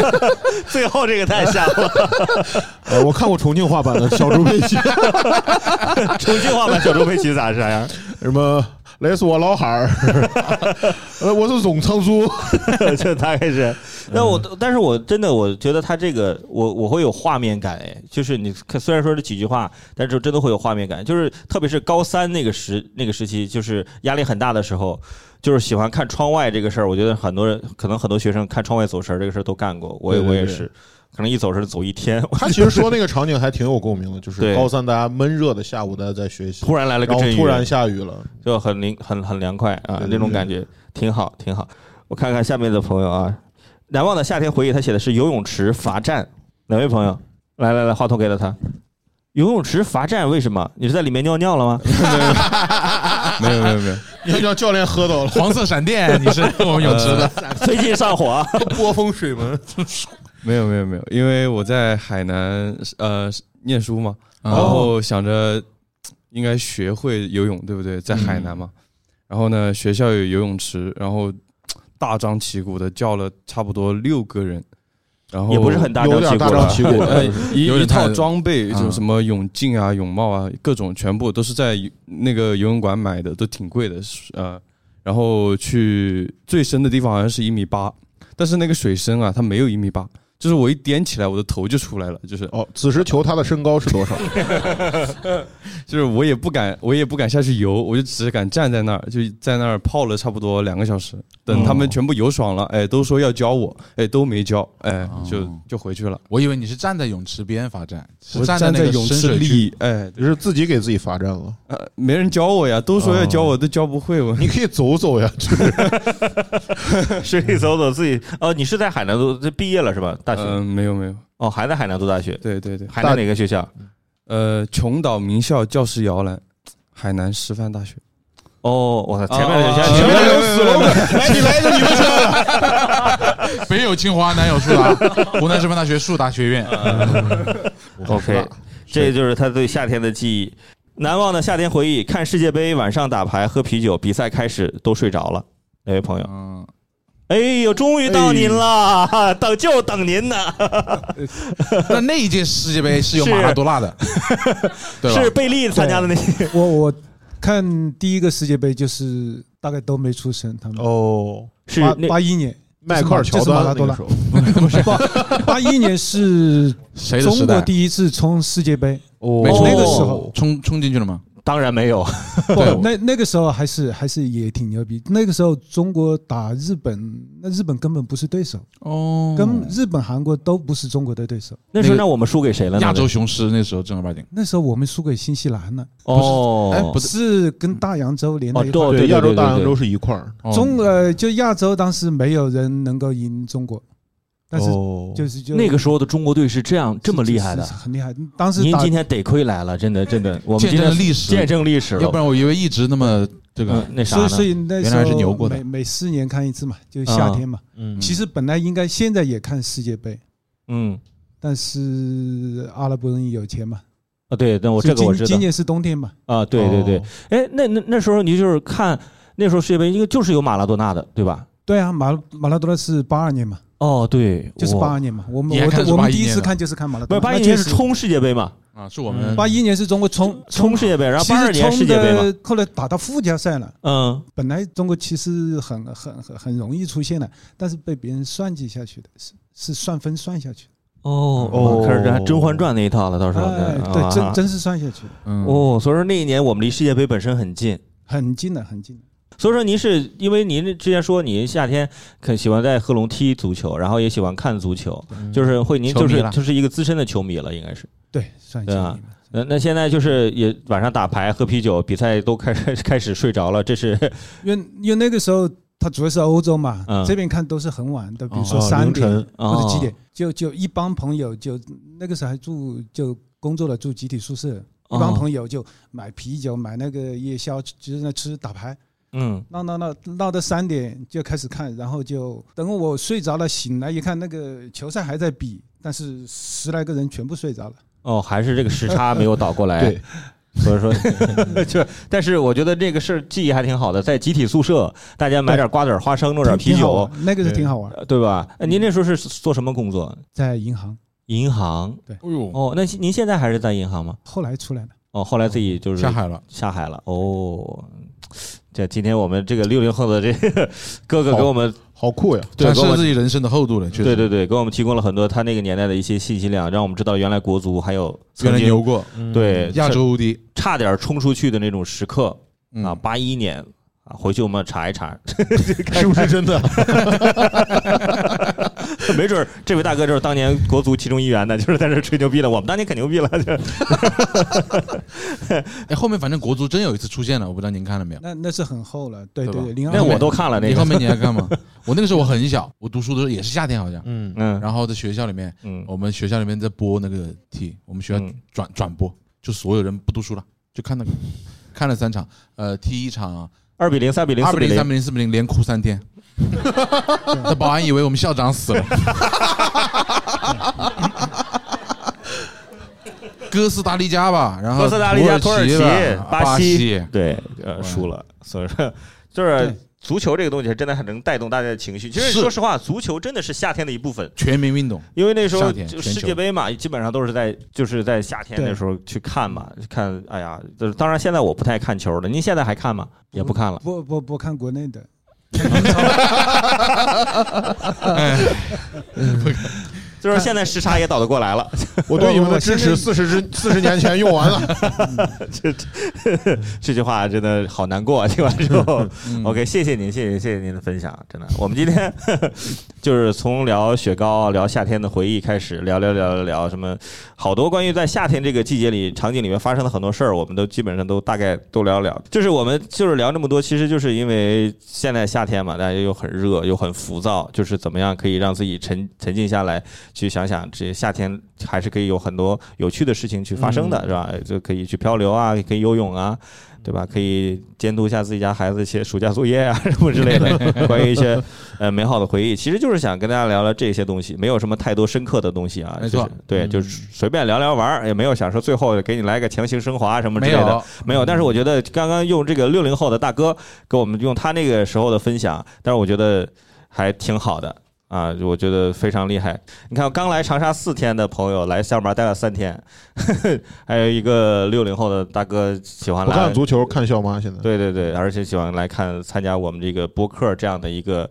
最后这个太吓我了，
呃，我看过重庆话版的小猪佩奇，
重庆话版小猪佩奇咋啥样？
什么来是我老汉儿，呃，我是总仓叔，
就大概是。那我，但是我真的，我觉得他这个，我我会有画面感哎，就是你看虽然说这几句话，但是真的会有画面感，就是特别是高三那个时那个时期，就是压力很大的时候。就是喜欢看窗外这个事儿，我觉得很多人可能很多学生看窗外走神儿这个事儿都干过，我也
对对
我也
对
是，可能一走神儿走一天，
他其实说那个场景还挺有共鸣的，就是
对
高三大家闷热的下午，大家在学习，
突然来了个
然后
阵雨，
突然下雨了，
就很灵很很凉快啊
对，对
那种
对
感觉挺好挺好。我看看下面的朋友啊，难忘的夏天回忆，他写的是游泳池罚站，哪位朋友？来来来，话筒给了他。游泳池罚站为什么？你是在里面尿尿了吗？
没有 没有没有，，
你让教练喝到了
黄色闪电，你是我们泳池 的。
最近上火，啊
波风水门。
没有没有没有，因为我在海南呃念书嘛，
然
然后想着应该学会游泳，对不对？在海南嘛，然后呢，学校有游泳池，然后大张旗鼓的叫了差不多六个人，然后
也不是很大张
有点
旗鼓啊哎
大
了
张旗鼓啊 哎
呃
了，
一
嗯有点
一
太
套装备，
啊
就什么泳镜啊、泳帽啊，各种全部都是在那个游泳馆买的，都挺贵的，是呃，然后去最深的地方好像是一米八，但是那个水深啊，它没有一米八，就是我一踮起来，我的头就出来了，就是
哦，此时求他的身高是多少？
就是我也不敢，我也不敢下去游，我就只敢站在那儿，就在那儿泡了差不多两个小时，
嗯
等他们全部游爽了，哎，都说要教我，哎，都没教，哎，就
哦
就回去了。
我以为你是站在泳池边罚站，是
我站
在那
在
个
泳
深
池
水区。
里， 哎，
就是自己给自己罚站了。
呃，没人教我呀，都说要教我，都教不会我。
你可以走走呀， 就是
水里走走自己。哦，你是在海南读，这毕业了是吧？大学、
嗯，没有没有，
哦，还在海南读大学，
对对对，
海南哪个学校？
呃，琼岛名校教师摇篮，海南师范大学。
哦，我操，前面的学校，
啊
前面的
没有没有没有没有
来你来一个你们说的。
北有清华，南有树 达，湖南师范大学树达学院。
啊
OK，这就是他对夏天的记忆。难忘的夏天回忆，看世界杯，晚上打牌，喝啤酒，比赛开始都睡着了。哪位朋友？
嗯，
哎呦，终于到您了，
哎
等就等您呢。
那那一届世界杯是有
是
马拉多 纳的，对吧？
是贝利参加的那些，
我我看第一个世界杯就是大概都没出生，他们
哦，
是
八
那
八一年，
迈克尔乔丹那个时候，
八一年是
谁的
中
时
国
代？
第一次冲世界杯，
哦
没
错
那个时候
冲冲进去了吗？
当然没有，
不，那那个时候还是还是也挺牛逼。那个时候中国打日本，那日本根本不是对手
嗯
哦
跟日本、韩国都不是中国的对手。
那时候那我们输给谁了呢？
亚洲雄狮那时候正儿八经。
那时候我们输给新西兰了。
哦
不是哎不是跟大洋洲连在一块
哦
儿。
对对对对对对亚洲大
洋洲是一块儿
哦
中呃，就亚洲当时没有人能够赢中国，但是
哦
就是就
那个时候的中国队是这样这么厉害的
是，很厉害。当时
您
打
今天得亏来了，真的真的，我们
见
今天
证历史
见证历史了，
要不然我以为一直那么这个
嗯那啥
所以所以那时
原来是牛
候
过的
每每四年看一次嘛，就夏天嘛。
嗯嗯
其实本来应该现在也看世界杯，
嗯，
但是阿拉伯人有钱嘛。
啊对，那我
所以
这个我知
今
道
今哦年是冬天嘛？
啊，对对
哦
对，哎，那那那时候你就是看那时候世界杯，因为就是有马拉多纳的，对吧？
对啊，马马拉多纳是八二年嘛，
哦，对，
就是
我
八二年嘛。我们
你还看
我
是
我
81
们第一次
年的
看就是看马拉
不
多
是
纳。
八一
那
年
确
是
实
冲世界杯嘛？
啊，是我
嗯
们
八一年是中国冲
冲世界杯，然后
其
八二
实
年世
冲
界杯嘛
的，后来打到附加赛了。
嗯，
本来中国其实很很很很容易出现的，但是被别人算计下去的，是是算分算下去的。
哦
哦
开始还《甄嬛传》那一套了，到时候
哎
那
对，
啊
真真是算下去的，
哦，所以说那一年我们离世界杯本身很近。
很近的，很近的。
所以说，您是因为您之前说您夏天可喜欢在贺龙踢足球，然后也喜欢看足球，就是会您
嗯球
就
迷
是
了
就是一个资深的球迷了，应该是
对，算
对
下
啊。那那现在就是也晚上打牌、喝啤酒，比赛都开始开始睡着了，这是
因为因为那个时候它主要是欧洲嘛，
嗯
这边看都是很晚的，比如说
哦
三点、
凌晨
或者几点，
哦
就就一帮朋友就那个时候还住就工作了住集体宿舍，
哦
一帮朋友就买啤酒买那个夜宵，就是那吃打牌。
嗯
闹闹闹闹到三点就开始看，然后就等我睡着了，醒来一看，那个球赛还在比，但是十来个人全部睡着了。
哦，还是这个时差没有倒过来。
对。
所以说， 就但是我觉得这个事儿记忆还挺好的，在集体宿舍，大家买点瓜子儿、花生，弄点
挺
啤
挺好
酒
玩，那个是挺好玩
呃，对吧？呃您那时候是做什么工作？
在银行，
银行。
对。
哎
哦，那您现在还是在银行吗？
后来出来了。
哦，后来自己就是
下海了，
下海了。哦，这今天我们这个六零后的这个 哥哥给我们
好酷呀
对，
展示
给我们
自己人生的厚度了，哦确实。
对对对，给我们提供了很多他那个年代的一些信息量，让我们知道原来国足还有
原来
曾经
牛过
对
嗯亚洲无嗯敌，
差点冲出去的那种时刻啊，八一年。啊，回去我们查一 查，是
不是真的？
没准儿这位大哥就是当年国足其中一员呢，就是在这吹牛逼的。我们当年可牛逼了，就是
哎，后面反正国足真有一次出现了，我不知道您看了没有？
那那是很厚了，对
吧
对，零二
那我都看啊了那个
你后面你还看 吗？我那个时候我很小，我读书的时候也是夏天，好像，
嗯
嗯
然后在学校里面，
嗯
我们学校里面在播那个 T，我们学校转转播，就所有人不读书了，就看那个，看了三场，呃，踢一场。
2比0 3比0
二比
4比0
零，三比零，四比零，连哭三 天。那保安以为我们校长死了。哥斯达黎加吧，然后
哥斯达黎加、土
土
耳
其
其
吧、、巴
西，对，呃，
嗯
输了，所以说就是足球这个东西，真的很能带动大家的情绪。其实
是
说实话，足球真的是夏天的一部分，
全民运动，
因为那时候
夏天
就
全
世
球
界杯嘛，基本上都是在就是在夏天
对
的时候去看嘛，看，哎呀，就是当然现在我不太看球了，您现在还看吗？也不看了。
不不不看国内的，
哎
嗯
就是现在时差也倒得 过来了，
我
哦
对你们的支持四十之四十年前用 完了。
这这这句话真的好难过啊，听完之后、o
嗯
k 谢谢您，谢谢谢谢您的分享，真的，我们今天 就是从聊雪糕、聊夏天的回忆开始，聊聊聊聊聊什么，好多关于在夏天这个季节里场景里面发生的很多事儿，我们都基本上都大概都聊聊。就是我们就是聊这么多，其实就是因为现在夏天嘛，大家又很热又很浮躁，就是怎么样可以让自己沉沉静下来，去想想这夏天还是可以有很多有趣的事情去发生的，
嗯
是吧？就可以去漂流啊，可以游泳啊。对吧？可以监督一下自己家孩子写暑假作业啊，什么之 类的，关于一些呃美好的回忆，其实就是想跟大家聊聊这些东西，没有什么太多深刻的东西啊。
没错
就是对，
嗯
就是随便聊聊玩儿，也没有想说最后给你来个强行升华什么之类的，
没有嗯
没有。但是我觉得刚刚用这个六零后的大哥给我们用他那个时候的分享，但是我觉得还挺好的。啊，我觉得非常厉害。你看，刚来长沙四天的朋友来厦门待了三天， 还有一个六零后的大哥喜欢
不
来
看足球，看校妈现在。
对对对，而且喜欢来看参加我们这个播客这样的一个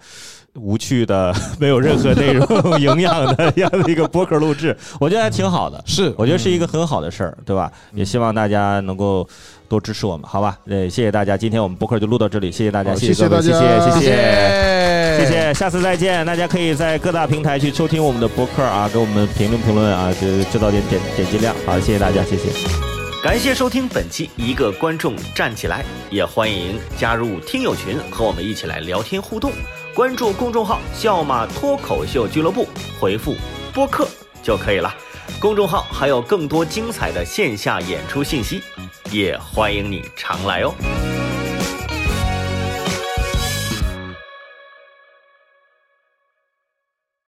无趣的、 没有任何内容、营养的这样的一个播客录制，我觉得还挺好的。
是，
我觉得是一个很好的事儿，对吧？也希望大家能够多支持我们，好吧？呃，谢谢大家，今天我们播客就录到这里，谢谢大家，
好
谢
谢谢
各位，谢
大家
谢，谢
谢
谢，谢谢，下次再见。大家可以在各大平台去收听我们的播客啊，给我们评论评论啊，就制造点点点击量。好，谢谢大家，谢谢。
感谢收听本期《一个观众站起来》，也欢迎加入听友群和我们一起来聊天互动。关注公众号“笑马脱口秀俱乐部”，回复“播客”就可以了。公众号还有更多精彩的线下演出信息，也欢迎你常来哦。